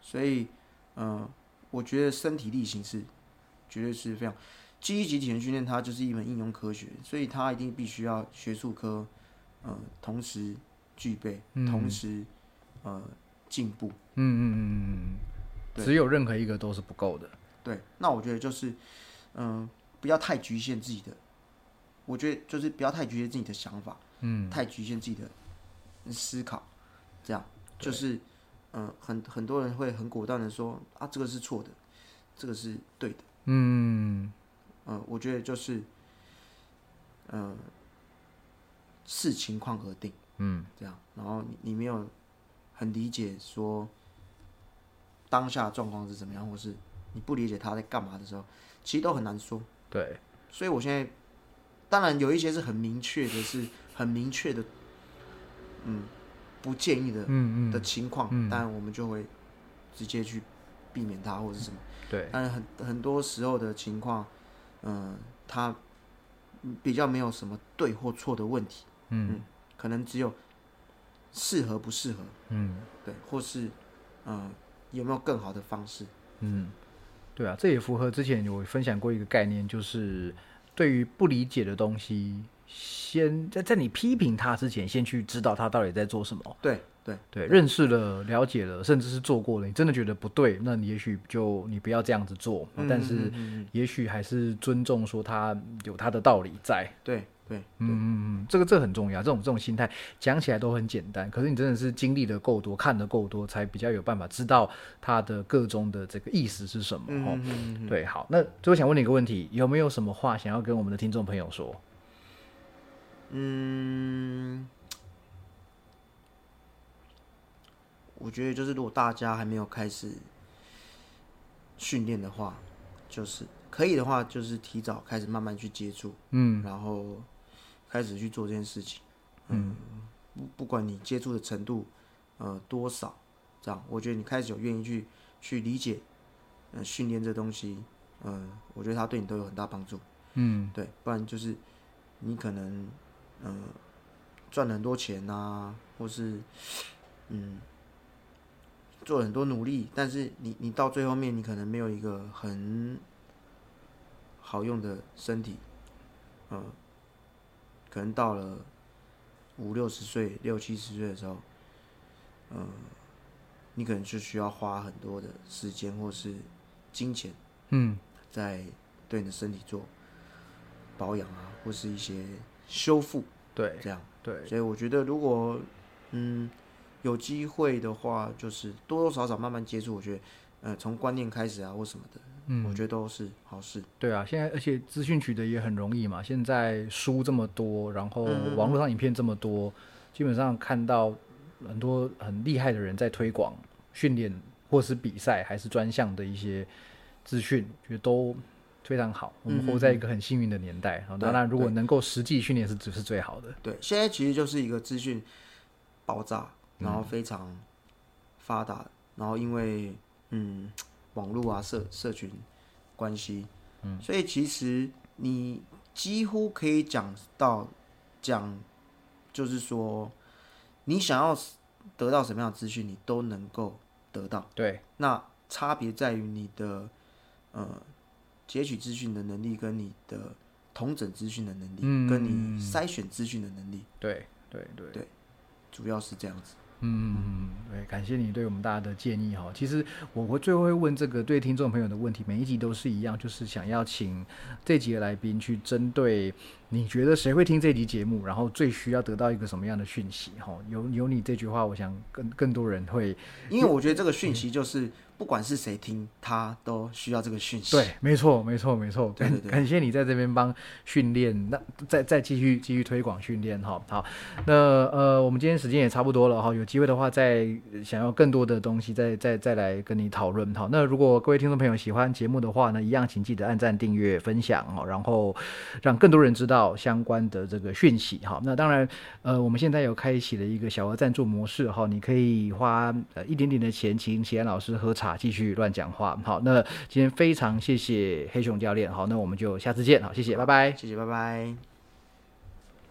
所以，嗯、我觉得身体力行是绝对是非常记忆及体能训练，它就是一门应用科学，所以它一定必须要学术科，嗯、同时具备，
嗯
同时呃进步。
嗯嗯嗯嗯嗯，
对
只有任何一个都是不够的。
对，那我觉得就是，嗯、不要太局限自己的，我觉得就是不要太局限自己的想法，
嗯，
太局限自己的思考，这样
对
就是，嗯、很很多人会很果断的说啊，这个是错的，这个是对的，
嗯，
嗯、我觉得就是，嗯、视情况而定，
嗯，
这样，然后你你没有很理解说当下状况是怎么样，或是你不理解他在干嘛的时候，其实都很难说，
对，
所以我现在当然有一些是很明确的，是很明确的，嗯，不建议的
嗯
的
嗯，
情况，
嗯
当然我们就会直接去避免它或者是什么。
对，
但很很多时候的情况，嗯、它比较没有什么对或错的问题，
嗯
可能只有适合不适合，
嗯
对，或是嗯、呃有没有更好的方式。
嗯，对啊，这也符合之前我分享过一个概念，就是对于不理解的东西，先在在你批评他之前，先去知道他到底在做什么。
对对，
对，认识了、了解了，甚至是做过了，你真的觉得不对，那你也许就你不要这样子做，
嗯
哦但是
嗯嗯嗯
也许还是尊重说他有他的道理在。
对对
嗯嗯嗯，这个这很重要，这种这种心态讲起来都很简单，可是你真的是经历的够多，看的够多，才比较有办法知道它的各中的这个意思是什么。
嗯
哦
嗯嗯嗯
对，好，那最后想问你一个问题，有没有什么话想要跟我们的听众朋友说？
嗯，我觉得就是如果大家还没有开始训练的话，就是可以的话，就是提早开始慢慢去接触，
嗯
然后开始去做这件事情。嗯，不不管你接触的程度呃多少，这样我觉得你开始有愿意去去理解，呃，训练这东西，嗯、我觉得它对你都有很大帮助。
嗯
对，不然就是你可能嗯赚了很多钱啊，或是嗯做了很多努力，但是你你到最后面你可能没有一个很好用的身体，嗯，可能到了五六十岁、六七十岁的时候，嗯，你可能就需要花很多的时间或是金钱。
嗯
在对你的身体做保养啊，或是一些修复
对
这样。
对，
所以我觉得，如果嗯有机会的话，就是多多少少慢慢接触，我觉得呃从观念开始啊或什么的，
嗯
我觉得都是好事。
对啊，现在而且资讯取得也很容易嘛，现在书这么多，然后
嗯嗯嗯
网络上影片这么多，基本上看到很多很厉害的人在推广训练，或是比赛还是专项的一些资讯，觉得都非常好。我们
嗯嗯
活在一个很幸运的年代，然后当然
对
如果
对
能够实际训练是只是最好的。
对，现在其实就是一个资讯爆炸，然后非常发达，然后因为嗯网络啊社社群关系，嗯，所以其实你几乎可以讲到讲，就是说你想要得到什么样的资讯，你都能够得到。
对，
那差别在于你的呃截取资讯的能力，跟你的统整资讯的能力，
嗯
跟你筛选资讯的能力，
对，对，对。
主要是这样子。
嗯，对，感谢你对我们大家的建议哈。其实我我最后会问这个对听众朋友的问题，每一集都是一样，就是想要请这集的来宾去针对你觉得谁会听这集节目，然后最需要得到一个什么样的讯息哈。有有你这句话，我想更更多人会
因为我觉得这个讯息就是，不管是谁听，他都需要这个讯息。
对，，没错，没错，没错。
对
感
对对
感谢你在这边帮训练，那再再继续继续推广训练哈。好，那呃，我们今天时间也差不多了哈，有机会的话再呃想要更多的东西再再再来跟你讨论哈。那如果各位听众朋友喜欢节目的话呢，一样请记得按赞、订阅、分享哈，然后让更多人知道相关的这个讯息哈。那当然，呃，我们现在有开启了一个小额赞助模式哈，你可以花呃一点点的钱请喜安老师喝茶，继续乱讲话。好，那今天非常谢谢黑熊教练，好，那我们就下次见，好，谢谢，拜拜。
谢谢，拜拜。